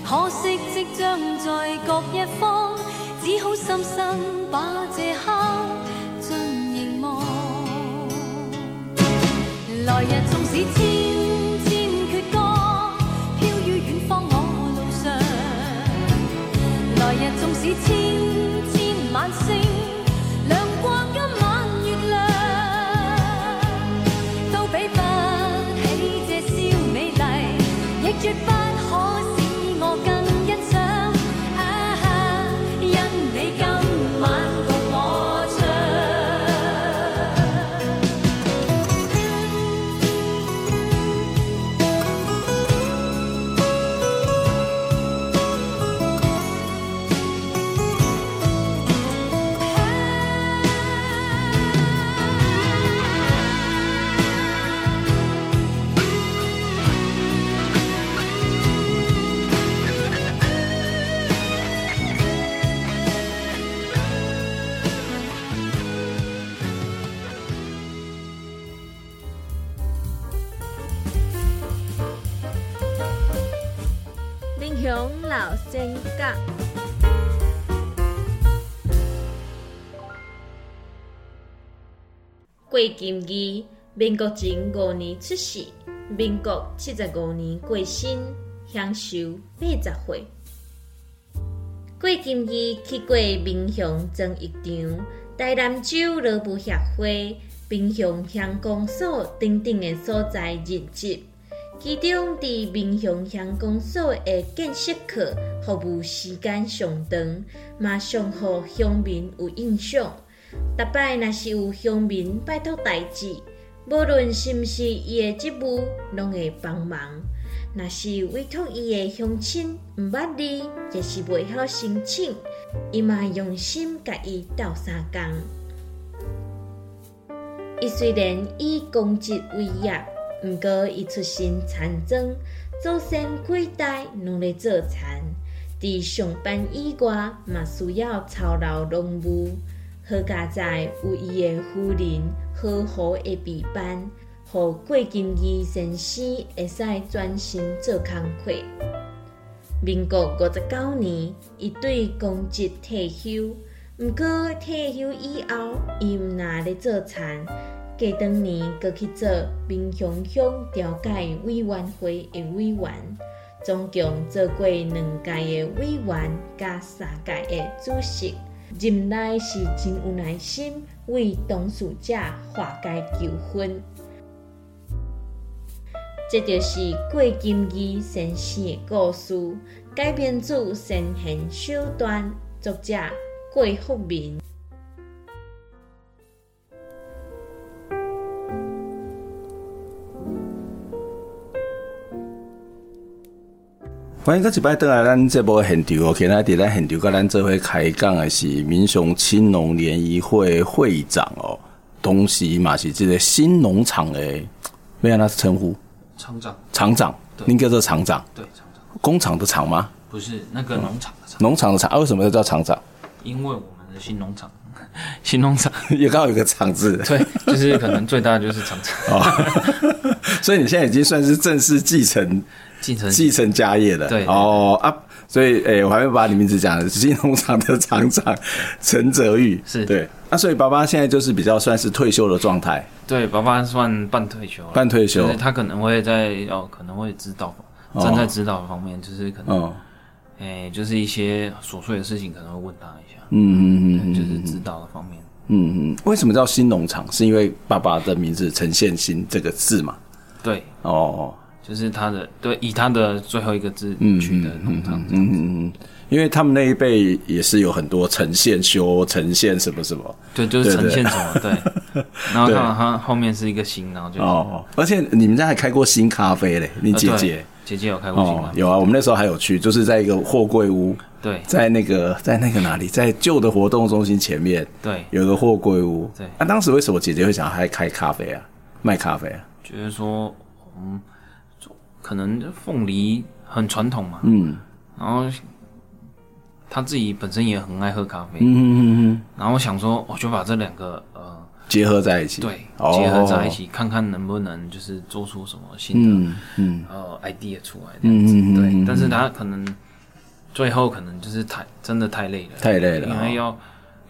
Speaker 4: 可惜即將在各一方，只好深深把這刻盡凝望。來日縱使千千闕歌，飄於遠方我路上。來日縱使千千晚星，亮過今晚月亮。都比不起這宵美麗，亦絕不可使我更欣賞。啊哈，因你今晚共我唱。
Speaker 5: 英雄老性格。郭金义，民国前五年出世，民国七十五年过身，享受八十岁。郭金义去过民雄争一场、台南州劳务协会、民雄乡公所等等的所在任职。其中伫民雄乡公所的建设课服务时间上长，嘛上互乡民有印象。逐摆若是有乡民拜托代志，无论是毋是伊的职务，拢会帮忙。若是委托伊的乡亲毋捌字，也是袂晓申请，伊嘛用心甲伊斗相共。伊虽然以公职为业，毋过伊出身田庄，祖先几代拢咧做田。伫上班以外，嘛需要操劳农务。好佳在有伊的夫人好好的陪伴，互郭金义先生会使专心做工课。民国五十九年，伊对公职退休。毋过退休以后，伊毋若咧做田，过当年阁去做民雄乡调解委员会的委员，总共做过两届的委员甲三届的主席。任内是真有耐心，为当事者化解纠纷。这就是郭金义先生的故事，改编自《先贤手段》，作者郭福民。
Speaker 1: 欢迎各一摆倒来咱这波现场哦，今仔伫咱现场，甲咱做伙开讲的是民雄青农联谊会会长哦，同时嘛是这个新农场的，要安怎称呼？
Speaker 3: 厂长，
Speaker 1: 厂长，
Speaker 3: 对
Speaker 1: 您叫做厂长，
Speaker 3: 对厂长，
Speaker 1: 工厂的厂吗？
Speaker 3: 不是那个农场的厂，
Speaker 1: 农场的厂啊？为什么要叫厂长？
Speaker 3: 因为我们的新农场， 新农场，
Speaker 1: 也刚好有个厂字，
Speaker 3: 对，就是可能最大的就是厂长，
Speaker 1: 哦 所以你现在已经算是正式继承
Speaker 3: 进城
Speaker 1: 继承家业了。
Speaker 3: 对
Speaker 1: 哦啊，所以，诶、我还没把你名字讲了，新农场的厂长陈泽玉
Speaker 3: 是
Speaker 1: 对。那、所以爸爸现在就是比较算是退休的状态，
Speaker 3: 对，爸爸算半退休了，
Speaker 1: 半退休
Speaker 3: 就是他可能会在哦，可能会指导，
Speaker 1: 哦
Speaker 3: 站在指导方面，就是可能，
Speaker 1: 嗯
Speaker 3: 哎、就是一些琐碎的事情可能会问他一下，
Speaker 1: 嗯嗯嗯
Speaker 3: 就是指导的方面。
Speaker 1: 嗯嗯。为什么叫新农场？是因为爸爸的名字陈宪新这个字嘛？
Speaker 3: 对，
Speaker 1: 哦，
Speaker 3: 就是他的对，以他的最后一个字取的农场，
Speaker 1: 嗯嗯嗯，因为他们那一辈也是有很多陈宪修、陈宪什么什么。
Speaker 3: 对，就是呈
Speaker 1: 对
Speaker 3: 现什么对。 然后他他后面是一个新，然后就
Speaker 1: 哦，而且你们家还开过新咖啡嘞，你
Speaker 3: 呃
Speaker 1: 姐
Speaker 3: 对
Speaker 1: 姐。
Speaker 3: 姐姐有开过新
Speaker 1: 哦
Speaker 3: 吗，？
Speaker 1: 有啊，我们那时候还有去，就是在一个货柜屋，
Speaker 3: 对
Speaker 1: 在那个在那个哪里，在旧的活动中心前面
Speaker 3: 对，
Speaker 1: 有一个货柜屋。
Speaker 3: 对
Speaker 1: 啊，当时为什么姐姐会想要还开咖啡啊，卖咖啡啊？
Speaker 3: 觉得说嗯，可能凤梨很传统嘛，
Speaker 1: 嗯
Speaker 3: 然后他自己本身也很爱喝咖啡，
Speaker 1: 嗯嗯嗯，
Speaker 3: 然后我想说，我就把这两个呃，
Speaker 1: 结合在一起，
Speaker 3: 对，
Speaker 1: 哦
Speaker 3: 结合在一。起，看看能不能就是做出什么新的、
Speaker 1: 嗯嗯
Speaker 3: 呃 idea 出来这样子。
Speaker 1: 嗯嗯嗯嗯嗯
Speaker 3: 对，但是他可能最后可能就是太真的太累了，
Speaker 1: 太累了
Speaker 3: 因
Speaker 1: 哦
Speaker 3: 为要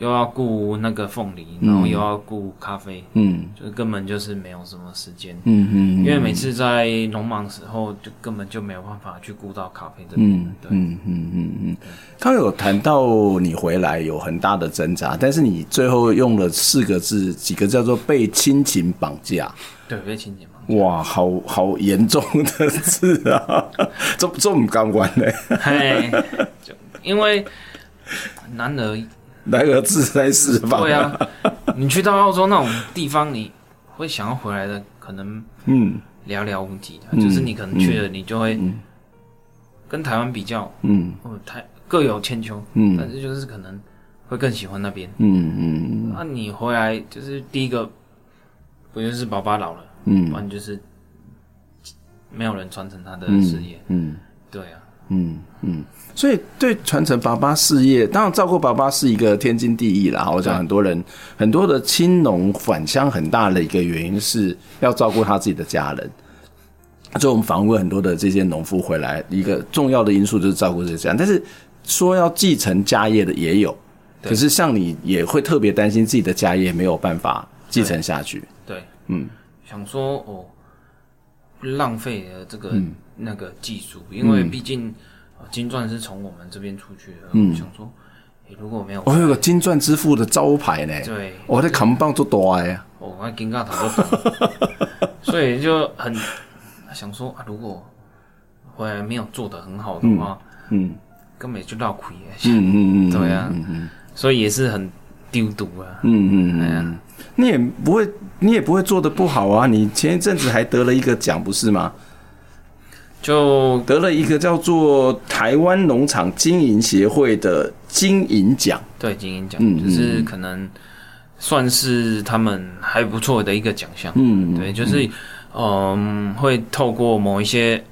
Speaker 3: 又要顾那个凤梨，然后又要顾咖啡，
Speaker 1: 嗯
Speaker 3: 就是根本就是没有什么时间。
Speaker 1: 嗯嗯，
Speaker 3: 因为每次在农忙时候，就根本就没有办法去顾到咖啡这边。
Speaker 1: 嗯
Speaker 3: 对，
Speaker 1: 嗯嗯嗯嗯，他有谈到你回来有很大的挣扎，但是你最后用了四个字，几个叫做被亲情绑架。
Speaker 3: 对，被清洁嘛。
Speaker 1: 哇，好好严重的字啊！这 这唔敢玩嘞，
Speaker 3: 嘿，就因为男儿
Speaker 1: 来个自在释放。
Speaker 3: 对，啊，你去到澳洲那种地方，你会想要回来的，可能
Speaker 1: 嗯
Speaker 3: 寥寥无几的。就是你可能去了，你就会跟台湾比较，
Speaker 1: 嗯
Speaker 3: 哦，台各有千秋，
Speaker 1: 嗯
Speaker 3: 但是就是可能会更喜欢那边。
Speaker 1: 嗯嗯
Speaker 3: 那你回来就是第一个，不就是爸爸老了，不
Speaker 1: 嗯
Speaker 3: 然就是没有人传承他的
Speaker 1: 嗯，
Speaker 3: 事业。
Speaker 1: 嗯
Speaker 3: 对啊，
Speaker 1: 嗯嗯，所以对传承爸爸事业，当然照顾爸爸是一个天经地义啦。我想
Speaker 3: 对
Speaker 1: 很多人很多的青农返乡很大的一个原因是要照顾他自己的家人。所以我们访问很多的这些农夫回来，一个重要的因素就是照顾这些家人，但是说要继承家业的也有，可是像你也会特别担心自己的家业没有办法继承下去。
Speaker 3: 对，
Speaker 1: 嗯，
Speaker 3: 想说哦，浪费了这个、
Speaker 1: 嗯
Speaker 3: 那个技术，因为毕竟、呃金钻是从我们这边出去的，嗯、想说、诶如果没有，
Speaker 1: 我、哦有个金钻之父的招牌呢，
Speaker 3: 对
Speaker 1: 我在扛棒做大啊呀、
Speaker 3: 哦，我金刚塔就懂了，所以就很想说啊，如果回来没有做得很好的话，
Speaker 1: 嗯
Speaker 3: 根本就闹亏了，
Speaker 1: 嗯嗯嗯，
Speaker 3: 对啊，所以也是很丢毒啊，
Speaker 1: 嗯嗯
Speaker 3: 哎
Speaker 1: 嗯
Speaker 3: 呀
Speaker 1: 嗯，你也不会，你也不会做的不好啊！你前一阵子还得了一个奖，不是吗？
Speaker 3: 就
Speaker 1: 得了一个叫做台湾农场经营协会的经营奖。
Speaker 3: 对金鹰奖，
Speaker 1: 嗯嗯
Speaker 3: 就是可能算是他们还不错的一个奖项。
Speaker 1: 嗯
Speaker 3: 对，就是嗯会透过某一些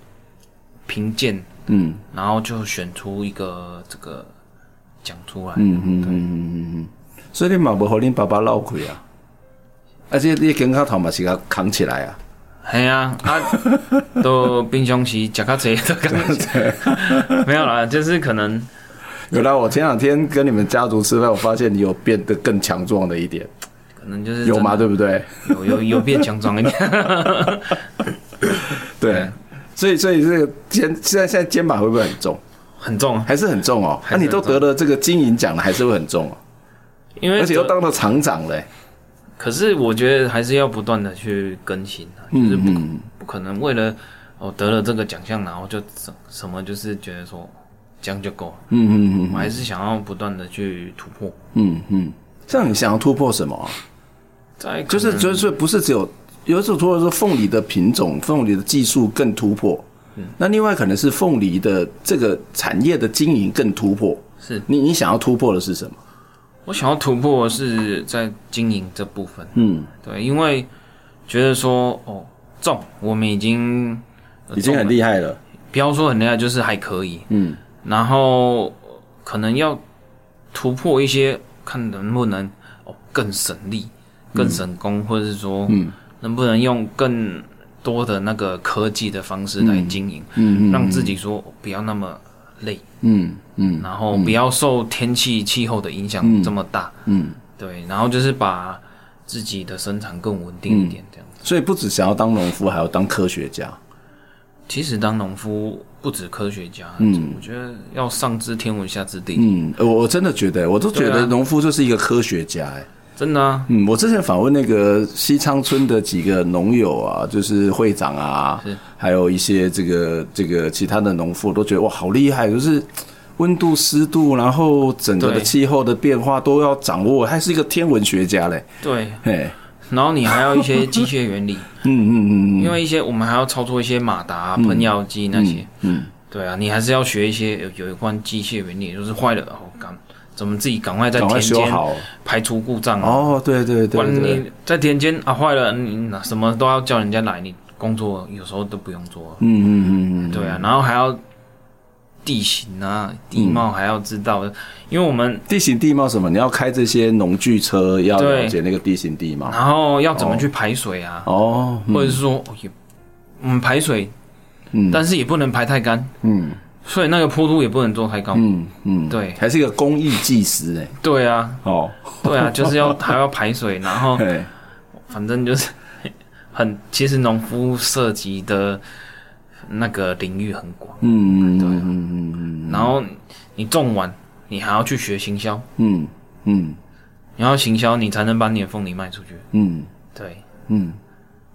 Speaker 3: 评鉴，
Speaker 1: 嗯
Speaker 3: 然后就选出一个这个奖出来。
Speaker 1: 嗯嗯嗯嗯嗯，所以你嘛不和你爸爸闹开啊，而且啊你跟他头嘛是给他扛起来啊。
Speaker 3: 系啊，啊， 都平常时食较济都感觉 没有啦，就是可能
Speaker 1: 有啦，我前两天跟你们家族吃饭，我发现你有变得更强壮了一点，
Speaker 3: 可能就是
Speaker 1: 有吗？
Speaker 3: 真
Speaker 1: 对不对？
Speaker 3: 的有有有变强壮一点，
Speaker 1: 对
Speaker 3: 对，
Speaker 1: 所以所以这个肩现在现在肩膀会不会很重？
Speaker 3: 很重啊，
Speaker 1: 还是很重哦。那、
Speaker 3: 还
Speaker 1: 你
Speaker 3: 是很
Speaker 1: 都
Speaker 3: 重
Speaker 1: 得了这个金银奖了，还是会很重哦，
Speaker 3: 因为
Speaker 1: 而且又当了厂长嘞。
Speaker 3: 可是我觉得还是要不断的去更新啊，
Speaker 1: 嗯
Speaker 3: 就是不、不可能为了哦得了这个奖项，然后就什什么就是觉得说这样就够了，
Speaker 1: 嗯嗯
Speaker 3: 我还是想要不断的去突破。
Speaker 1: 嗯嗯，这样你想要突破什么啊？
Speaker 3: 再可能
Speaker 1: 就是就是不是只有有一种突破是凤梨的品种、凤梨的技术更突破。
Speaker 3: 嗯
Speaker 1: 那另外可能是凤梨的这个产业的经营更突破。
Speaker 3: 是
Speaker 1: 你你想要突破的是什么？
Speaker 3: 我想要突破的是在经营这部分，
Speaker 1: 嗯，
Speaker 3: 对，因为觉得说哦中我们已经呃啊
Speaker 1: 已经很厉害了。
Speaker 3: 不要说很厉害，就是还可以。嗯，然后呃可能要突破一些，看能不能哦更省力、
Speaker 1: 嗯
Speaker 3: 更省工，或者是说，嗯，能不能用更多的那个科技的方式来经营，嗯，让自己说哦不要那么累，
Speaker 1: 嗯嗯
Speaker 3: 然后不要受天气气候的影响这么大，
Speaker 1: 嗯，
Speaker 3: 对，然后就是把自己的生产更稳定
Speaker 1: 嗯
Speaker 3: 一点，这样子。
Speaker 1: 所以不只想要当农夫，还要当科学家。
Speaker 3: 其实当农夫不止科学家，我觉得要上知天文下知地，
Speaker 1: 嗯，呃我我真的觉得，我都觉
Speaker 3: 对
Speaker 1: 得
Speaker 3: 啊
Speaker 1: 农夫就是一个科学家、哎。
Speaker 3: 真的啊，
Speaker 1: 嗯，我之前访问那个西昌村的几个农友啊，就是会长啊
Speaker 3: 是，
Speaker 1: 还有一些这个这个其他的农妇，都觉得哇，好厉害，就是温度、湿度，然后整个的
Speaker 3: 对
Speaker 1: 气候的变化都要掌握，还是一个天文学家嘞，
Speaker 3: 对，
Speaker 1: 嘿，
Speaker 3: 然后你还要一些机械原理，
Speaker 1: 嗯嗯嗯
Speaker 3: 因
Speaker 1: 嗯，
Speaker 3: 为一些我们还要操作一些马达啊、喷药机那些，
Speaker 1: 嗯，
Speaker 3: 对啊，你还是要学一些有有关机械原理，就是坏了哦，赶怎么自己赶快在
Speaker 1: 赶快
Speaker 3: 田
Speaker 1: 修
Speaker 3: 间
Speaker 1: 好。
Speaker 3: 排除故障啊，
Speaker 1: 哦，对对
Speaker 3: 不
Speaker 1: 对
Speaker 3: 然
Speaker 1: 对，
Speaker 3: 你在田间啊坏了，你你哪什么都要叫人家来，你工作有时候都不用做啊，
Speaker 1: 嗯嗯嗯嗯，
Speaker 3: 对啊，然后还要地形啊、地
Speaker 1: 嗯
Speaker 3: 貌还要知道，因为我们
Speaker 1: 地形地貌什么，你要哦开这些农具车，要
Speaker 3: 对
Speaker 1: 了解那个地形地貌。
Speaker 3: 然后要怎么去排水啊，
Speaker 1: 哦，嗯
Speaker 3: 或者是说哦也我们排水，
Speaker 1: 嗯
Speaker 3: 但是也不能排太干，
Speaker 1: 嗯
Speaker 3: 所以那个坡度也不能做太高，
Speaker 1: 嗯嗯，
Speaker 3: 对
Speaker 1: 还是一个工艺技师哎，
Speaker 3: 对啊，
Speaker 1: 哦，
Speaker 3: 对啊，就是要还要排水，然后
Speaker 1: 嘿。
Speaker 3: 反正就是 很，其实农夫涉及的那个领域很广，啊
Speaker 1: 嗯，对，嗯嗯
Speaker 3: 然后你种完，你还要去学行销，
Speaker 1: 嗯嗯
Speaker 3: 你要行销，你才能把你的凤梨卖出去，
Speaker 1: 嗯
Speaker 3: 对。
Speaker 1: 嗯，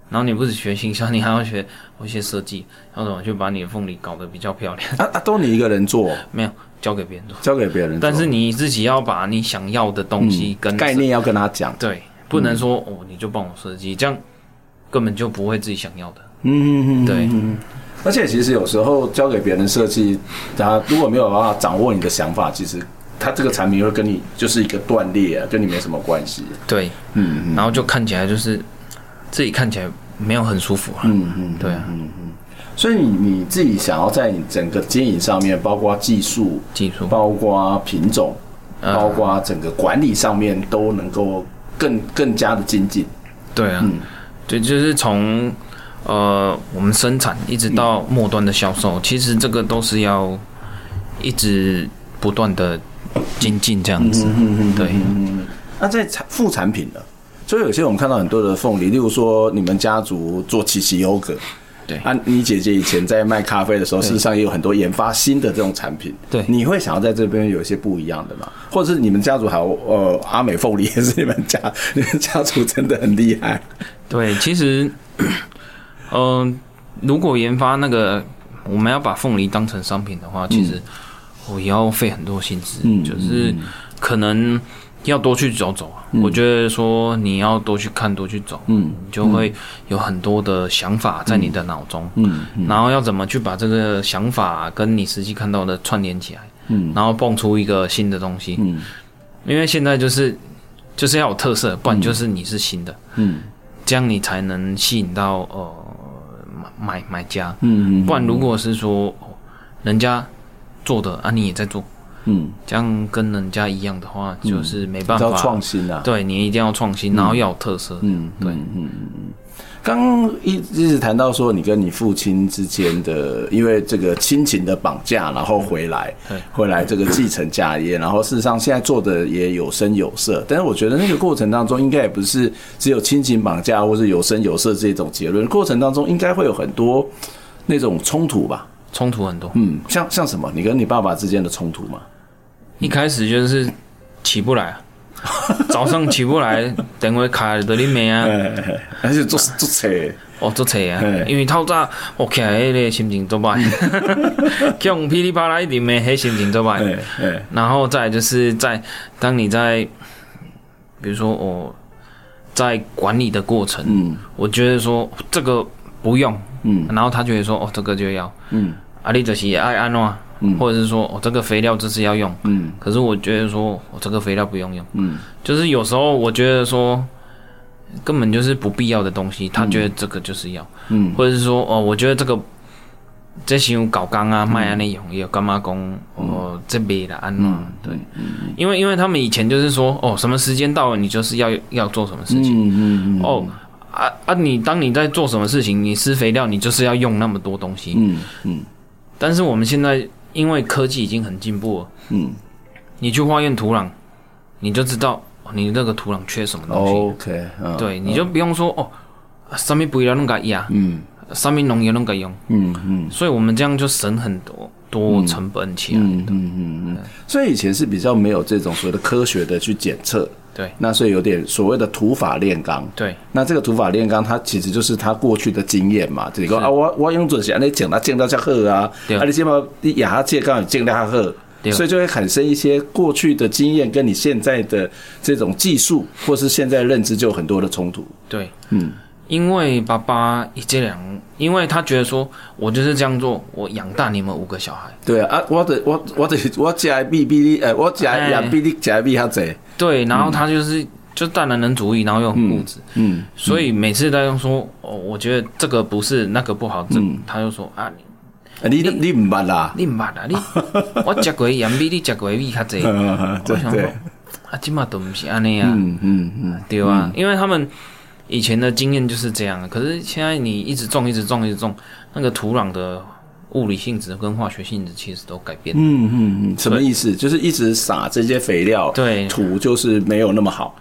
Speaker 3: 然后你不止学行销，你还要学一些设计，要怎么去把你的凤梨搞得比较漂亮？
Speaker 1: 啊啊，都你一个人做，
Speaker 3: 没有交给别人做，
Speaker 1: 交给别人做，嗯
Speaker 3: 但是你自己要把你想要的东西跟
Speaker 1: 概念要跟他讲，
Speaker 3: 对，不能说、
Speaker 1: 嗯
Speaker 3: 哦，你就帮我设计，这样根本就不会自己想要的。
Speaker 1: 嗯嗯嗯，
Speaker 3: 对，
Speaker 1: 而且其实有时候交给别人设计，他如果没有办法掌握你的想法，其实他这个产品会跟你就是一个断裂、啊，跟你没什么关系。
Speaker 3: 对，
Speaker 1: 嗯
Speaker 3: 然后就看起来就是自己看起来没有很舒服啊。
Speaker 1: 嗯嗯，
Speaker 3: 对啊，
Speaker 1: 所以你你自己想要在你整个经营上面，包括技术，
Speaker 3: 技术
Speaker 1: 包括品种，
Speaker 3: 呃
Speaker 1: 包括整个管理上面都能够更更加的精进。
Speaker 3: 对啊，对，就是从呃我们生产一直到末端的销售，其实这个都是要一直不断的精进这样子。对，
Speaker 1: 那在产副产品呢？所以有些我们看到很多的凤梨，例如说你们家族做奇奇优格，
Speaker 3: 对
Speaker 1: 啊，你姐姐以前在卖咖啡的时候，事实上也有很多研发新的这种产品，
Speaker 3: 对
Speaker 1: 你会想要在这边有一些不一样的嘛？或者是你们家族还有呃阿美凤梨也是你们家， 你们家族真的很厉害，
Speaker 3: 对，其实， 嗯、如果研发那个我们要把凤梨当成商品的话，其实我也要费很多心思，就是可能要多去走走啊。我觉得说你要多去看，多去走，嗯，你就会有很多的想法在你的脑中，嗯，然后要怎么去把这个想法跟你实际看到的串联起来，嗯，然后蹦出一个新的东西，嗯，因为现在就是就是要有特色，不然就是你是新的，这样你才能吸引到呃买买买家。
Speaker 1: 嗯
Speaker 3: 不然如果是说哦人家做的啊，你也在做，
Speaker 1: 嗯，
Speaker 3: 这样跟人家一样的话，就是没办
Speaker 1: 要
Speaker 3: 法
Speaker 1: 创。新啊，
Speaker 3: 对你一定要创新，然后要有特色。嗯，对，
Speaker 1: 刚刚一一直谈到说你跟你父亲之间的，因为这个亲情的绑架，然后回来
Speaker 3: 对，
Speaker 1: 回来这个继承家业，然后事实上现在做的也有声有色，但是我觉得那个过程当中，应该也不是只有亲情绑架或是有声有色这种结论，过程当中应该会有很多那种冲突吧。
Speaker 3: 冲突很多。
Speaker 1: 嗯，像像什么？你跟你爸爸之间的冲突 嘛？
Speaker 3: 一开始就是起不来啊，早上起不来，等会卡在你面啊。
Speaker 1: 哎，而且做做车，
Speaker 3: 哦，做册啊
Speaker 1: 嘿，
Speaker 3: 因为透早我起来迄个心情做 歹，叫我噼里啪啦一直骂，迄心情做歹
Speaker 1: 哎。哎，
Speaker 3: 然后再来就是在当你在，比如说我在管理的过程，
Speaker 1: 嗯
Speaker 3: 我觉得说这个不用，
Speaker 1: 嗯
Speaker 3: 然后他就会说哦这个就要，
Speaker 1: 嗯
Speaker 3: 啊你就是爱安诺，
Speaker 1: 嗯
Speaker 3: 或者是说哦这个肥料这是要用，
Speaker 1: 嗯
Speaker 3: 可是我觉得说我、哦这个肥料不用用，
Speaker 1: 嗯
Speaker 3: 就是有时候我觉得说根本就是不必要的东西，他觉得这个就是要，
Speaker 1: 嗯
Speaker 3: 或者是说哦，我觉得这个这想搞刚啊，卖安尼用，也有干妈讲
Speaker 1: 嗯
Speaker 3: 哦，这边啦，安怎对，因为因为他们以前就是说哦，什么时间到了，你就是要要做什么事情
Speaker 1: 嗯嗯
Speaker 3: 哦。啊啊！你当你在做什么事情，你施肥料，你就是要用那么多东西。
Speaker 1: 嗯嗯
Speaker 3: 但是我们现在因为科技已经很进步了，
Speaker 1: 嗯
Speaker 3: 你去化验土壤，你就知道哦你那个土壤缺什么东西。
Speaker 1: ，OK，嗯，
Speaker 3: 对，你就不用说哦，上面不要弄个压，
Speaker 1: 嗯
Speaker 3: 上面农药弄个用，
Speaker 1: 嗯嗯
Speaker 3: 所以我们这样就省很多多成本起来。
Speaker 1: 嗯嗯嗯嗯，所以以前是比较没有这种所谓的科学的去检测，
Speaker 3: 对
Speaker 1: 那所以有点所谓的土法炼钢，
Speaker 3: 对
Speaker 1: 那这个土法炼钢，它其实就是他过去的经验嘛，就是讲啊，我我用准是安尼种，它种到较好啊，
Speaker 3: 对
Speaker 1: 啊你起码你亚它借刚种到较好，
Speaker 3: 对
Speaker 1: 所以就会产生一些过去的经验跟你现在的这种技术或是现在认知就有很多的冲突。
Speaker 3: 对，
Speaker 1: 嗯，
Speaker 3: 因为爸爸一这两，因为他觉得说我就是这样做，我养大你们五个小孩。
Speaker 1: 对啊，啊我的我我的我加比比你，呃，我加
Speaker 3: 哎
Speaker 1: 两比你加比较啊济，
Speaker 3: 对，然后他就是、就大男人主义，然后又很固执，
Speaker 1: 嗯，
Speaker 3: 所以每次他就说哦，我觉得这个不是那个不好，这、
Speaker 1: 嗯
Speaker 3: 他就说啊，你
Speaker 1: 啊你你唔捌啦，
Speaker 3: 你唔捌啊，你我食过的盐米，你食过的米较济。
Speaker 1: 嗯， 对
Speaker 3: 我想说
Speaker 1: 对，
Speaker 3: 啊，今嘛都不是安尼啊。
Speaker 1: 嗯嗯嗯，
Speaker 3: 对啊，因为他们以前的经验就是这样，可是现在你一直种、一直种、一直种，那个土壤的物理性质跟化学性质其实都改变。
Speaker 1: 嗯嗯嗯，什么意思？就是一直撒这些肥料，
Speaker 3: 对
Speaker 1: 土就是没有那么好。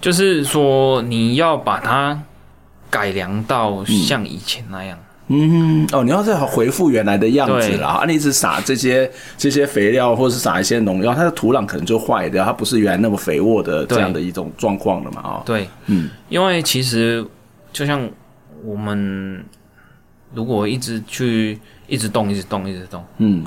Speaker 3: 就是说你要把它改良到像以前那样。
Speaker 1: 嗯，哦，你要再回复原来的样子
Speaker 3: 对
Speaker 1: 啦。啊，你一直撒这些这些肥料，或是撒一些农药，它的土壤可能就坏掉，它不是原来那么肥沃的这
Speaker 3: 对
Speaker 1: 样的一种状况了嘛？哦，
Speaker 3: 对，
Speaker 1: 嗯，
Speaker 3: 因为其实就像我们如果一直去一直动、一直动、一直动，
Speaker 1: 嗯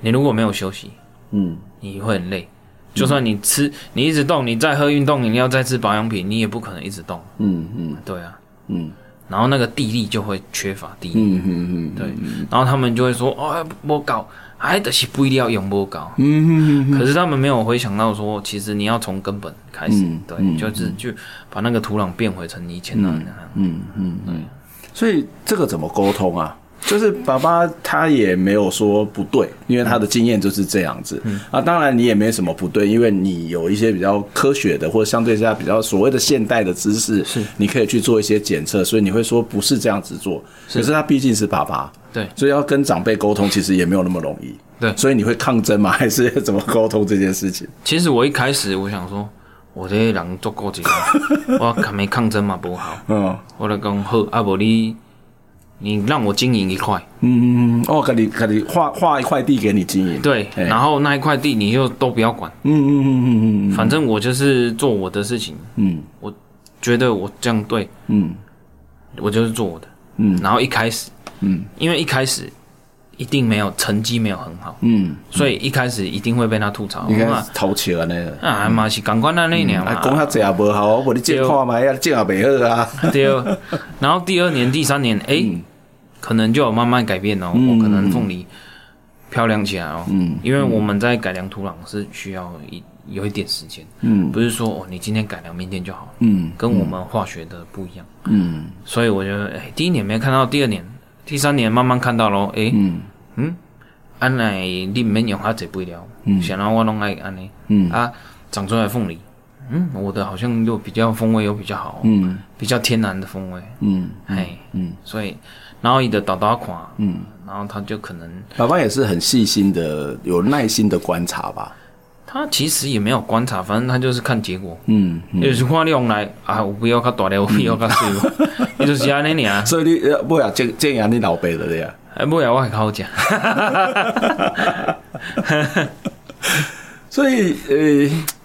Speaker 3: 你如果没有休息，
Speaker 1: 嗯，
Speaker 3: 你会很累。就算你吃，你一直动，你再喝运动饮料，再吃保养品，你也不可能一直动。
Speaker 1: 嗯嗯
Speaker 3: 对啊，
Speaker 1: 嗯
Speaker 3: 然后那个地力就会缺乏地力，
Speaker 1: 嗯嗯嗯，
Speaker 3: 对，然后他们就会说哦，不搞，哎，都是不一定要用不搞，
Speaker 1: 嗯嗯
Speaker 3: 可是他们没有回想到说，其实你要从根本开始，
Speaker 1: 嗯
Speaker 3: 对，
Speaker 1: 嗯
Speaker 3: 就是去把那个土壤变回成以前那样，
Speaker 1: 嗯嗯嗯，所以这个怎么沟通啊？就是爸爸他也没有说不对，因为他的经验就是这样子、啊。当然你也没什么不对，因为你有一些比较科学的或者相对之下比较所谓的现代的知识，是你可以去做一些检测，所以你会说不是这样子做。可是他毕竟是爸爸，
Speaker 3: 对
Speaker 1: 所以要跟长辈沟通其实也没有那么容易。
Speaker 3: 对
Speaker 1: 所以你会抗争吗？ 还是怎么沟通这件事情？
Speaker 3: 其实我一开始我想说，我这人做过几 个，我还没抗争嘛不好，
Speaker 1: 嗯
Speaker 3: 我就讲好，啊不你你让我经营一块，
Speaker 1: 嗯嗯嗯，哦，给你给你画画一块地给你经营，
Speaker 3: 对，
Speaker 1: 哎
Speaker 3: 然后那一块地你就都不要管，
Speaker 1: 嗯嗯嗯嗯嗯嗯，
Speaker 3: 反正我就是做我的事情，
Speaker 1: 嗯
Speaker 3: 觉得我这样对。
Speaker 1: 嗯。
Speaker 3: 我就是做我的，
Speaker 1: 嗯
Speaker 3: 然后一开始，
Speaker 1: 嗯，
Speaker 3: 因为一开始一定没有成绩没有很好，
Speaker 1: 嗯，
Speaker 3: 所以一开始一定会被他吐槽。
Speaker 1: 应该
Speaker 3: 啊
Speaker 1: 是偷笑安尼个。
Speaker 3: 啊嘛是赶快那那年
Speaker 1: 啊，
Speaker 3: 嘛，
Speaker 1: 讲遐济也无效，我无你借看卖啊，借也袂好啊。
Speaker 3: 对。哦然后第二年、第三年，哎，可能就有慢慢改变哦，
Speaker 1: 嗯
Speaker 3: 我可能凤梨漂亮起来哦，
Speaker 1: 嗯
Speaker 3: 因为我们在改良土壤是需要一有一点时间，
Speaker 1: 嗯
Speaker 3: 不是说哦你今天改良明天就好，
Speaker 1: 嗯
Speaker 3: 跟我们化学的不一样，
Speaker 1: 嗯
Speaker 3: 所以我觉得哎，第一年没看到，第二年、第三年慢慢看到咯，啊哎。
Speaker 1: 嗯
Speaker 3: 安尼你毋免用遐济肥料，想然我拢爱安尼，
Speaker 1: 嗯
Speaker 3: 啊，长出来凤梨，嗯，我的好像又比较风味又比较好，
Speaker 1: 嗯
Speaker 3: 比较天然的风味，
Speaker 1: 嗯
Speaker 3: 哎，
Speaker 1: 嗯，
Speaker 3: 所以，然后伊的豆豆看，
Speaker 1: 嗯，
Speaker 3: 然后他就可能，
Speaker 1: 爸爸也是很细心的，有耐心的观察吧。
Speaker 3: 他其实也没有观察，反正他就是看结果，
Speaker 1: 嗯，嗯
Speaker 3: 有时看你用来啊，有必要较大粒，有必要较细粒，
Speaker 1: 嗯
Speaker 3: 伊就是安尼尔，
Speaker 1: 所以你呃，尾啊，这这样你老爸了对啊。
Speaker 3: 哎，尾啊，我会较 好食，
Speaker 1: 所以呃，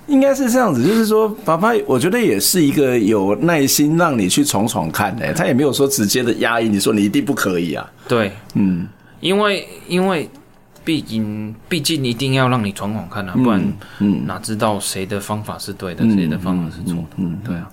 Speaker 1: 应该是这样子，就是说，爸爸，我觉得也是一个有耐心让你去闯闯看的、他也没有说直接的压抑你说你一定不可以啊。
Speaker 3: 对，
Speaker 1: 嗯
Speaker 3: 因为因为毕竟毕竟一定要让你闯闯看啊，不然
Speaker 1: 嗯
Speaker 3: 哪知道谁的方法是对的，谁的方法是错的？
Speaker 1: 嗯，
Speaker 3: 对啊，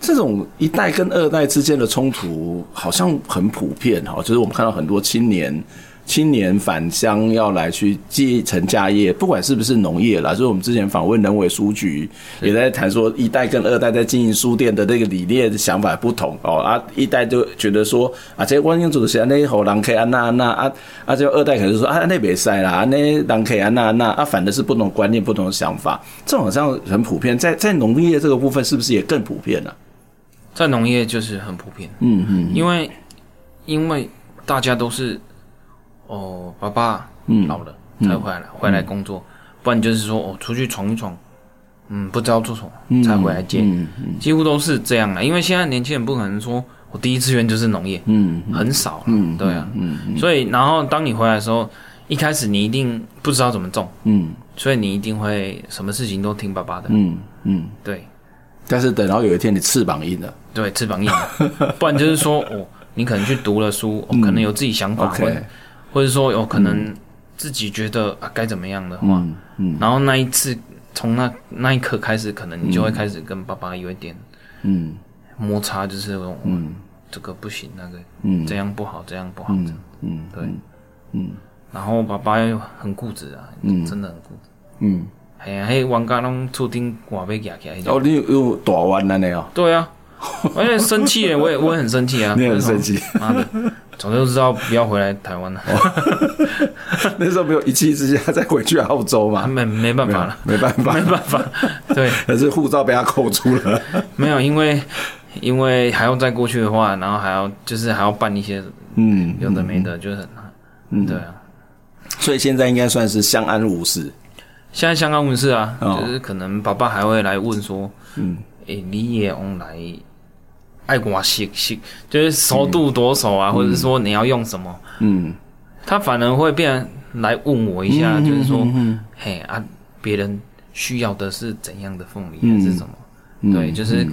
Speaker 1: 这种一代跟二代之间的冲突好像很普遍哈，就是我们看到很多青年青年返乡要来去继承家业，不管是不是农业啦，就是我们之前访问人委书局也在谈说一代跟二代在经营书店的那个理念想法不同哦啊，一代就觉得说啊，这关键主持人那好人可以安那安那啊啊，这二代可能就说啊那别塞啦，啊那人可以安那安那啊，反正是不同观念、不同的想法，这种好像很普遍，在在农业这个部分是不是也更普遍呢、啊
Speaker 3: 在农业就是很普遍，
Speaker 1: 嗯嗯
Speaker 3: 因为因为大家都是哦，爸爸
Speaker 1: 嗯
Speaker 3: 老了，才回来了，回来工作，不然就是说哦出去闯一闯，嗯，不知道做什么才回来接，
Speaker 1: 嗯
Speaker 3: 几乎都是这样啊的。因为现在年轻人不可能说我第一志愿就是农业，
Speaker 1: 嗯嗯
Speaker 3: 很少了，对啊，所以然后当你回来的时候，一开始你一定不知道怎么种，
Speaker 1: 嗯
Speaker 3: 所以你一定会什么事情都听爸爸的，
Speaker 1: 嗯嗯，
Speaker 3: 对
Speaker 1: 但是等到有一天你翅膀硬了
Speaker 3: 对，翅膀硬 了，不然就是说哦，你可能去读了书，哦、可能有自己想法，或
Speaker 1: 嗯
Speaker 3: 者
Speaker 1: ，OK，
Speaker 3: 或者说哦有可能自己觉得啊该怎么样的话，
Speaker 1: 嗯嗯
Speaker 3: 然后那一次从那那一刻开始，可能你就会开始跟爸爸有一点
Speaker 1: 嗯
Speaker 3: 摩擦，就是那种
Speaker 1: 嗯
Speaker 3: 这个不行，那个
Speaker 1: 嗯
Speaker 3: 这样不好，这样不好，这
Speaker 1: 嗯
Speaker 3: 样
Speaker 1: 嗯，
Speaker 3: 对，
Speaker 1: 嗯
Speaker 3: 然后爸爸又很固执啊，
Speaker 1: 嗯
Speaker 3: 真的很固执。
Speaker 1: 嗯，
Speaker 3: 嘿啊，迄冤家拢厝顶挂被夹起来那种。
Speaker 1: 哦，你有有打弯了呢哦，
Speaker 3: 对啊，而且生气耶，我也我也很生气啊。
Speaker 1: 你很生气，
Speaker 3: 妈的，早就知道不要回来台湾了，
Speaker 1: 那时候没有一气之下再回去澳洲嘛，
Speaker 3: 没没办法了，
Speaker 1: 没办法，
Speaker 3: 嗯没办法。对，
Speaker 1: 可是护照被他扣住了。
Speaker 3: 没有，因为因为还要再过去的话，然后还要就是还要办一些
Speaker 1: 嗯，
Speaker 3: 有的没的，就是很难。嗯，对啊。
Speaker 1: 所以现在应该算是相安无事。
Speaker 3: 现在香港问世啊，
Speaker 1: 哦
Speaker 3: 就是可能爸爸还会来问说，嗯，诶、你也用来爱国习习，就是熟度多熟啊，或者是说你要用什么，
Speaker 1: 嗯
Speaker 3: 他反而会变来问我一下，
Speaker 1: 嗯
Speaker 3: 就是说，
Speaker 1: 嗯嗯
Speaker 3: 嘿啊，别人需要的是怎样的凤梨、
Speaker 1: 嗯
Speaker 3: 还是什么？
Speaker 1: 嗯
Speaker 3: 对，就是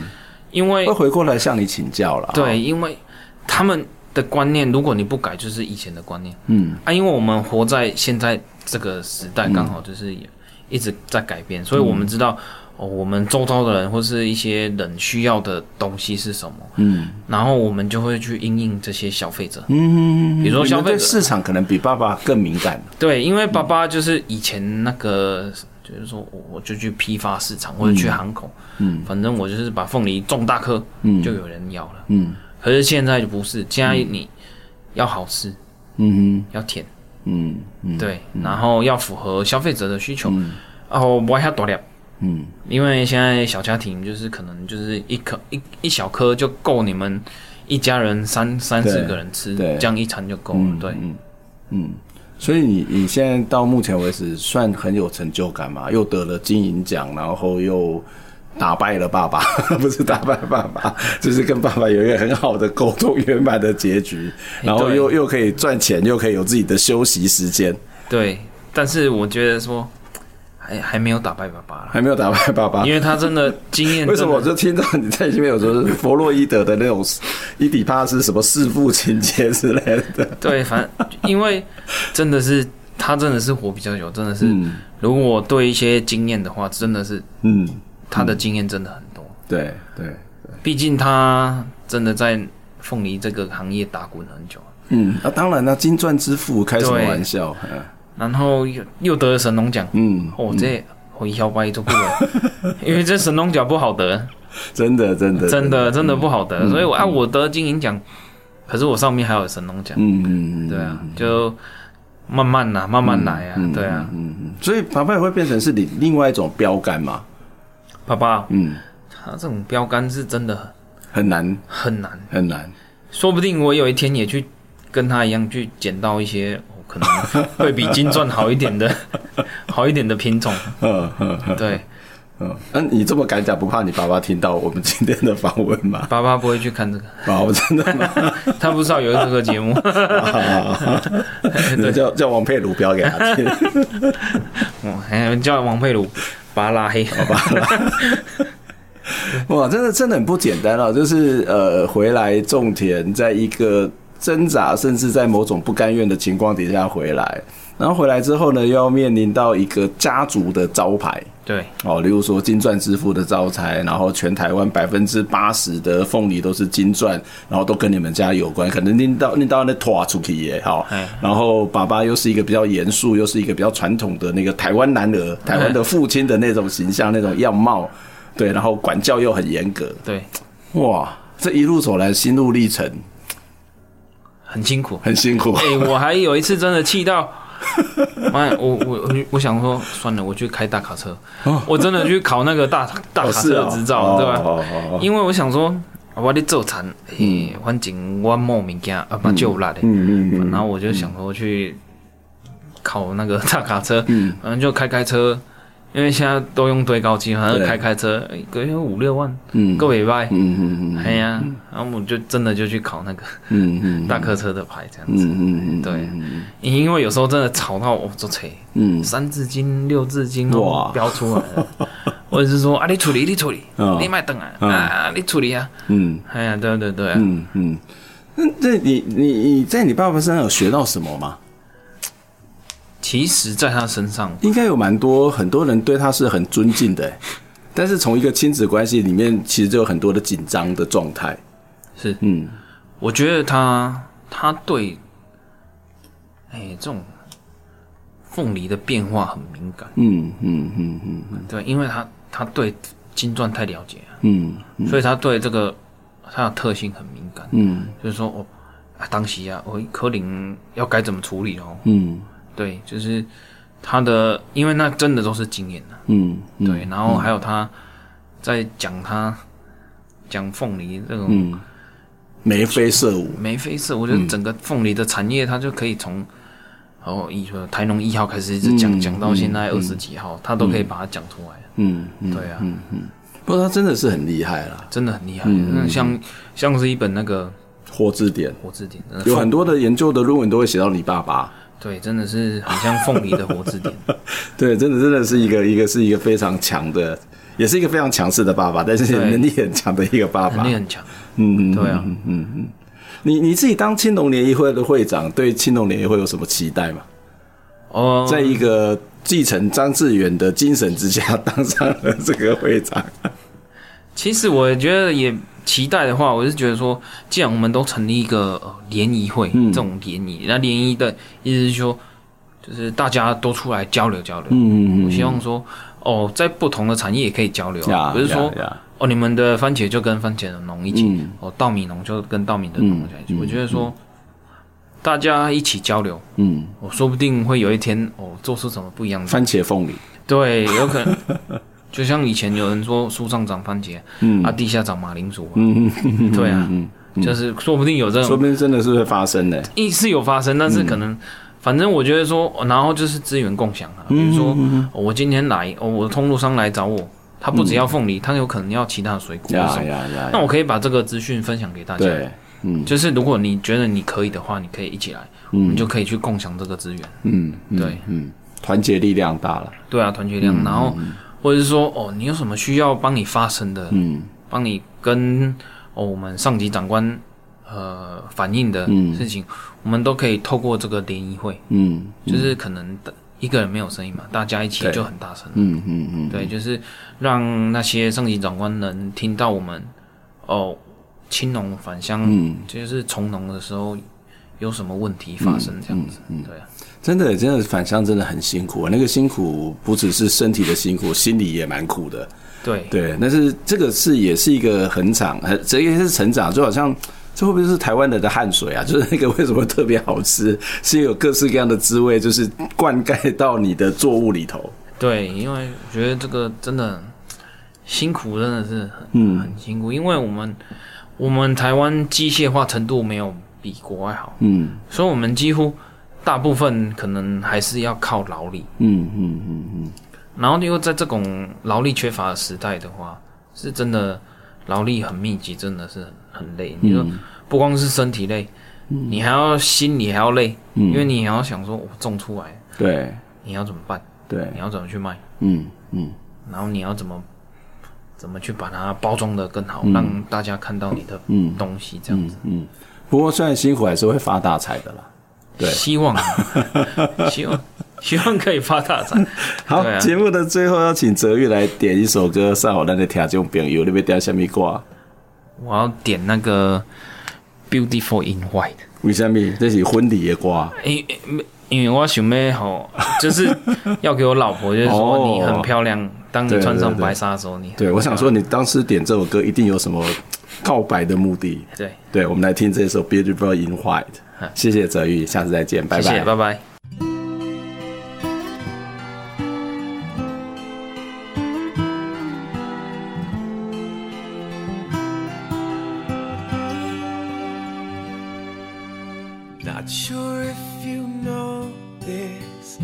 Speaker 3: 因为、
Speaker 1: 会回过来向你请教哦了。
Speaker 3: 对，，因为他们的观念，如果你不改，就是以前的观念
Speaker 1: 嗯
Speaker 3: 啊，因为我们活在现在这个时代，刚好就是也一直在改变，所以
Speaker 1: 嗯
Speaker 3: 我们知道。哦，我们周遭的人或是一些人需要的东西是什么，
Speaker 1: 嗯
Speaker 3: 然后我们就会去应应这些消费者。
Speaker 1: 嗯，
Speaker 3: 比如说消费
Speaker 1: 你
Speaker 3: 者
Speaker 1: 们对市场可能比爸爸更敏感。
Speaker 3: 对，因为爸爸就是以前那个，就是说我我就去批发市场或者去行口，
Speaker 1: 嗯
Speaker 3: 反正我就是把凤梨种大颗，
Speaker 1: 嗯
Speaker 3: 就有人要了。
Speaker 1: 嗯
Speaker 3: 可是现在就不是，现在你要好吃，
Speaker 1: 嗯
Speaker 3: 要甜，
Speaker 1: 哼嗯嗯，
Speaker 3: 对，然后要符合消费者的需求。
Speaker 1: 嗯
Speaker 3: 哦，不要多了，
Speaker 1: 嗯
Speaker 3: 因为现在小家庭就是可能就是一颗一一小颗就够你们一家人三三
Speaker 1: 对
Speaker 3: 四个人吃，
Speaker 1: 对
Speaker 3: 这样一餐就够了
Speaker 1: 嗯，。
Speaker 3: 对，
Speaker 1: 嗯嗯。所以你你现在到目前为止算很有成就感嘛？又得了金银奖，然后又打败了爸 爸，不是打败爸爸，就是跟爸爸有一个很好的沟通圆满的结局，然后
Speaker 3: 哎对
Speaker 1: 又又可以赚钱，又可以有自己的休息时间。
Speaker 3: 对，但是我觉得说还还没有打败爸爸啦。
Speaker 1: 还没有打败爸爸
Speaker 3: 因。为他真的经验
Speaker 1: 为什么我
Speaker 3: 真
Speaker 1: 就
Speaker 3: 的
Speaker 1: 听到你在前面有说是弗洛伊德的那种伊底帕斯什么弑父情节之类的？
Speaker 3: 对，反正因为真的是他真的是活比较久，真的是、
Speaker 1: 嗯
Speaker 3: 如果我对一些经验的话，真的是
Speaker 1: 嗯，
Speaker 3: 他的经验真的很多。
Speaker 1: 对对，
Speaker 3: 毕竟他真的在凤梨这个行业打滚很久，
Speaker 1: 嗯，那、当然了，金钻之父开什么玩笑？
Speaker 3: 然后又又得了神农奖，
Speaker 1: 嗯，
Speaker 3: 哦，这回摇摆就不了， 因为这神农奖不好得，
Speaker 1: 真的真的
Speaker 3: 真，的真的
Speaker 1: 嗯
Speaker 3: 不好得，所以我啊我得金银奖，可是我上面还有神农奖，
Speaker 1: 嗯嗯嗯，
Speaker 3: 对啊，就慢慢啦，慢慢来啊，对啊。
Speaker 1: 嗯嗯，所以爸爸也会变成是你另外一种标杆嘛，
Speaker 3: 爸爸，
Speaker 1: 嗯，
Speaker 3: 他这种标杆是真的
Speaker 1: 很难
Speaker 3: 很难，
Speaker 1: 很难，
Speaker 3: 说不定我有一天也去跟他一样去捡到一些、哦可能会比金钻好一 点的、好一点的品种。
Speaker 1: 嗯嗯
Speaker 3: 对，
Speaker 1: 嗯，那你这么敢讲，不怕你爸爸听到我们今天的访问吗？
Speaker 3: 爸爸不会去看这个，
Speaker 1: 啊，我真的吗？
Speaker 3: 他不知道有这 个节目，
Speaker 1: 那叫叫王佩鲁标给他听，
Speaker 3: 哦哎叫王佩鲁把他拉黑，
Speaker 1: 哦
Speaker 3: 好吧？
Speaker 1: 哇，真的真的很不简单啊！就是呃，回来种田，在一个挣扎，甚至在某种不甘愿的情况底下回来，然后回来之后呢，又要面临到一个家族的招牌。
Speaker 3: 对，
Speaker 1: 哦，例如说金钻之父的招财，然后全台湾百分之八十的凤梨都是金钻，然后都跟你们家有关，可能拎到拎到那拖出去也好
Speaker 3: 哎。
Speaker 1: 然后爸爸又是一个比较严肃，又是一个比较传统的那个台湾男儿，台湾
Speaker 3: 哎
Speaker 1: 的父亲的那种形象、那种样貌，对，然后管教又很严格，
Speaker 3: 对，
Speaker 1: 哇，这一路走来心路历程
Speaker 3: 很辛苦。
Speaker 1: 很辛苦，啊
Speaker 3: 哎、我还有一次真的气到，妈呀，我我我我想说，算了，我去开大卡车，我真的去考那个大大
Speaker 1: 哦
Speaker 3: 卡
Speaker 1: 是
Speaker 3: 车
Speaker 1: 哦
Speaker 3: 执照，对吧？
Speaker 1: 哦哦嗯哦哦
Speaker 3: 因为我想说，啊我咧做田，诶、反正我莫物件啊，嘛就有力的，
Speaker 1: 嗯嗯嗯嗯
Speaker 3: 然后我就想说去考那个大卡车，嗯，反正就开开车，因为现在都用堆高机，反正
Speaker 1: 对
Speaker 3: 开开车，一个月五六万，
Speaker 1: 嗯
Speaker 3: 够礼拜，
Speaker 1: 嗯嗯嗯
Speaker 3: 哎呀，然后我就真的就去考那个
Speaker 1: 嗯 嗯
Speaker 3: 大客车的牌，这样
Speaker 1: 嗯
Speaker 3: 子，
Speaker 1: 嗯嗯，
Speaker 3: 对，啊因为有时候真的吵到我做车，
Speaker 1: 嗯
Speaker 3: 三字经、六字经都
Speaker 1: 哇
Speaker 3: 标出来 了，或者是说啊，你处理，你处理，
Speaker 1: 嗯
Speaker 3: 你卖等啊，
Speaker 1: 嗯
Speaker 3: 啊，你处理啊，
Speaker 1: 嗯
Speaker 3: 哎呀，对对对啊，
Speaker 1: 嗯嗯。那这你你你在你爸爸身上有学到什么吗？
Speaker 3: 其实在他身上，
Speaker 1: 应该有蛮多很多人对他是很尊敬的、但是从一个亲子关系里面，其实就有很多的紧张的状态。
Speaker 3: 是
Speaker 1: 嗯
Speaker 3: 我觉得他他对，哎、这种凤梨的变化很敏感，
Speaker 1: 嗯嗯嗯嗯
Speaker 3: 对，因为他他对金钻太了解了，
Speaker 1: 嗯
Speaker 3: 所以他对这个它的特性很敏感，
Speaker 1: 嗯
Speaker 3: 就是说哦，啊，当时啊，我柯林要该怎么处理哦，
Speaker 1: 嗯
Speaker 3: 对，就是他的，因为那真的都是经验啊，
Speaker 1: 嗯，
Speaker 3: 对，然后还有他在讲他讲凤梨这种。
Speaker 1: 嗯，眉飞色舞。
Speaker 3: 眉飞色，我觉得整个凤梨的产业，它就可以从哦一说台农一号开始一直讲
Speaker 1: 嗯
Speaker 3: 讲到现在二十几号，它都可以把它讲出来，
Speaker 1: 嗯嗯，
Speaker 3: 对啊，
Speaker 1: 不过他真的是很厉害啦，
Speaker 3: 真的很厉害。
Speaker 1: 嗯
Speaker 3: 那像像是一本那个
Speaker 1: 火字典
Speaker 3: 火字典，真的
Speaker 1: 有很多的研究的论文都会写到你爸爸。
Speaker 3: 对，真的是很像凤梨的火 字典。
Speaker 1: 对，真的真的是一个一个是一个非常强的，也是一个非常强势的爸爸，但是
Speaker 3: 对
Speaker 1: 能力很强的一个爸爸
Speaker 3: 能力。很强，
Speaker 1: 嗯嗯，
Speaker 3: 对啊
Speaker 1: 嗯嗯嗯。你你自己当青农联谊会的会长，对青农联谊会有什么期待吗？
Speaker 3: 哦，
Speaker 1: 在一个继承张志远的精神之下，当上了这个会长。
Speaker 3: 其实我觉得也期待的话，我是觉得说，既然我们都成立一个呃联谊会、
Speaker 1: 嗯
Speaker 3: 这种联谊，那联谊的意思是说，就是大家都出来交流交流。
Speaker 1: 嗯
Speaker 3: 我希望说，哦，在不同的产业也可以交流啊，
Speaker 1: 呀，
Speaker 3: 不是说
Speaker 1: 呀呀
Speaker 3: 哦，你们的番茄就跟番茄的农一起，
Speaker 1: 嗯
Speaker 3: 哦，稻米农就跟稻米的农
Speaker 1: 嗯
Speaker 3: 在一起。
Speaker 1: 嗯
Speaker 3: 我觉得说，大家一起交流，
Speaker 1: 嗯，
Speaker 3: 我、说不定会有一天哦，做出什么不一样的。
Speaker 1: 番茄凤梨，
Speaker 3: 对，有可能， 就像以前有人说树上长番茄，
Speaker 1: 嗯
Speaker 3: 啊，地下长马铃薯、啊，
Speaker 1: 嗯嗯，
Speaker 3: 对啊
Speaker 1: 嗯，嗯
Speaker 3: 就是说不定有这
Speaker 1: 说
Speaker 3: 种
Speaker 1: 不定嗯真的是会发生的。
Speaker 3: 意是有发生，但是可能。反正我觉得说，哦然后就是资源共享啊，比
Speaker 1: 嗯
Speaker 3: 如说、哦我今天来，哦，我的通路商来找我，他不只要凤梨，他有可能要其他的水果或
Speaker 1: 嗯呀
Speaker 3: 什么。
Speaker 1: 呀呀！
Speaker 3: 那我可以把这个资讯分享给大家。
Speaker 1: 哎对，嗯
Speaker 3: 就是如果你觉得你可以的话，你可以一起来，我们就可以去共享这个资源。
Speaker 1: 嗯，嗯
Speaker 3: 对
Speaker 1: 嗯，团结力量大了。
Speaker 3: 对啊，团结量，然后或者是说，哦，你有什么需要帮你发声的，
Speaker 1: 嗯
Speaker 3: 帮你跟哦我们上级长官呃反映的
Speaker 1: 嗯
Speaker 3: 事情，我们都可以透过这个联谊会，
Speaker 1: 嗯
Speaker 3: 就是可能的一个人没有声音嘛，大家一起
Speaker 1: 对
Speaker 3: 就很大声。
Speaker 1: 嗯嗯嗯，
Speaker 3: 对，就是让那些上级长官能听到我们哦，青农返乡，
Speaker 1: 嗯
Speaker 3: 就是从农的时候有什么问题发生这样子，
Speaker 1: 嗯
Speaker 3: 对啊，
Speaker 1: 真的真的返乡真的很辛苦啊，那个辛苦不只是身体的辛苦，心里也蛮苦的。
Speaker 3: 对
Speaker 1: 对，但是这个是也是一个很长，很这也是成长，就好像。这会不会是台湾人的汗水啊？就是那个为什么特别好吃，是有各式各样的滋味，就是灌溉到你的作物里头。
Speaker 3: 对，因为我觉得这个真的辛苦，真的是很、
Speaker 1: 嗯
Speaker 3: 很辛苦，因为我们我们台湾机械化程度没有比国外好，
Speaker 1: 嗯
Speaker 3: 所以我们几乎大部分可能还是要靠劳力，
Speaker 1: 嗯嗯嗯嗯，
Speaker 3: 然后又在这种劳力缺乏的时代的话，是真的劳力很密集，真的是很很累。
Speaker 1: 嗯
Speaker 3: 你说不光是身体累，你还要心里还要累，
Speaker 1: 嗯
Speaker 3: 因为你还要想说，我种出来
Speaker 1: 对
Speaker 3: 你要怎么办？
Speaker 1: 对，
Speaker 3: 你要怎么去卖？
Speaker 1: 嗯嗯
Speaker 3: 然后你要怎么怎么去把它包装的更好，让大家看到你的
Speaker 1: 嗯
Speaker 3: 东西这样子。
Speaker 1: 嗯。不过虽然辛苦，还是会发大财的啦。对
Speaker 3: 希望希望希望可以发大财。
Speaker 1: 好
Speaker 3: 对，啊
Speaker 1: 节、目的最后要请泽玉来点一首歌，上好咱的听众朋友，你要点什么歌？
Speaker 3: 我要点那个 Beautiful in White。
Speaker 1: 为什么？这是婚礼的歌。
Speaker 3: 因因因为我想要吼，就是要给我老婆，就是说
Speaker 1: 哦
Speaker 3: 你很漂亮。当你
Speaker 1: 对
Speaker 3: 穿上
Speaker 1: 对对
Speaker 3: 白纱的时候，你
Speaker 1: 对，我想说，你当时点这首歌一定有什么告白的目的。
Speaker 3: 对，
Speaker 1: 对，我们来听这首《Beautiful in White》。谢谢泽玉，下次再见，拜
Speaker 3: 谢谢，
Speaker 1: 拜。
Speaker 3: 拜拜。
Speaker 2: Not sure if you know this,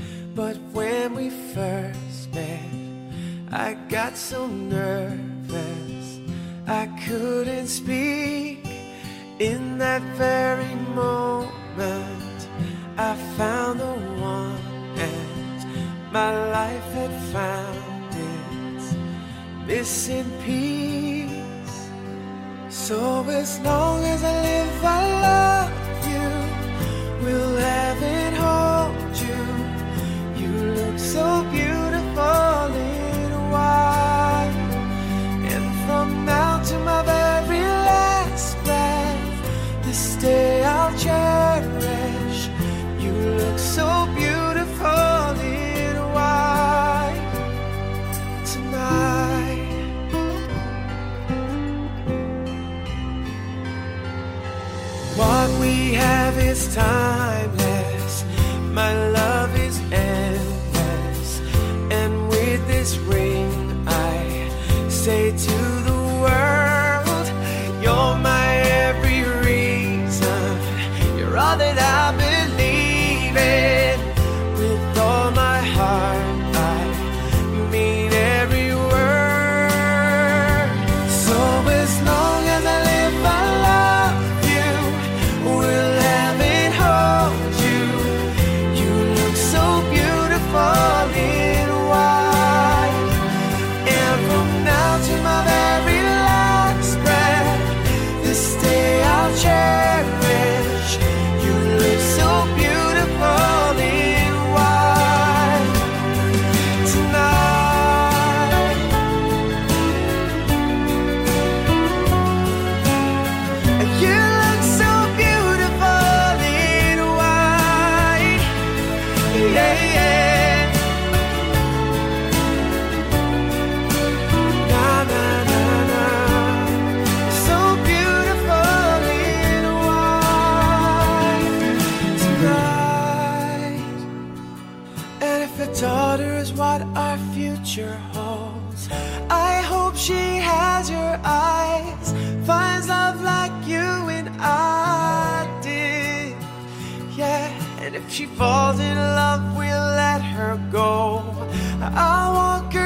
Speaker 6: I got so nervous I couldn't speak. In that very moment, I found the one, and my life had found its missing piece. So as long as I live, I love you. We'll have it hold you. You look so beautiful in white. And from now to my very last breath, this day I'll cherish. You look so beautiful in white tonight. What we have is timeless. My love is endless. And with this ring, I say to the world, You're my every reason. You're all that I believe in. With all my heart, I mean every word. So as long as I live, I love you. Will have it hold you. You look so beautiful in white. And from now to my very last breath, this day I'll cherish. You look so beautiful in white tonight. You look so beautiful in white. Yeah, yeah. Na na na na. So beautiful in white tonight. And if a daughter is what our future holds, I hope she has your eyes, finds love like you and I did. Yeah, and if she falls in love, we'll let her go. I'll walk her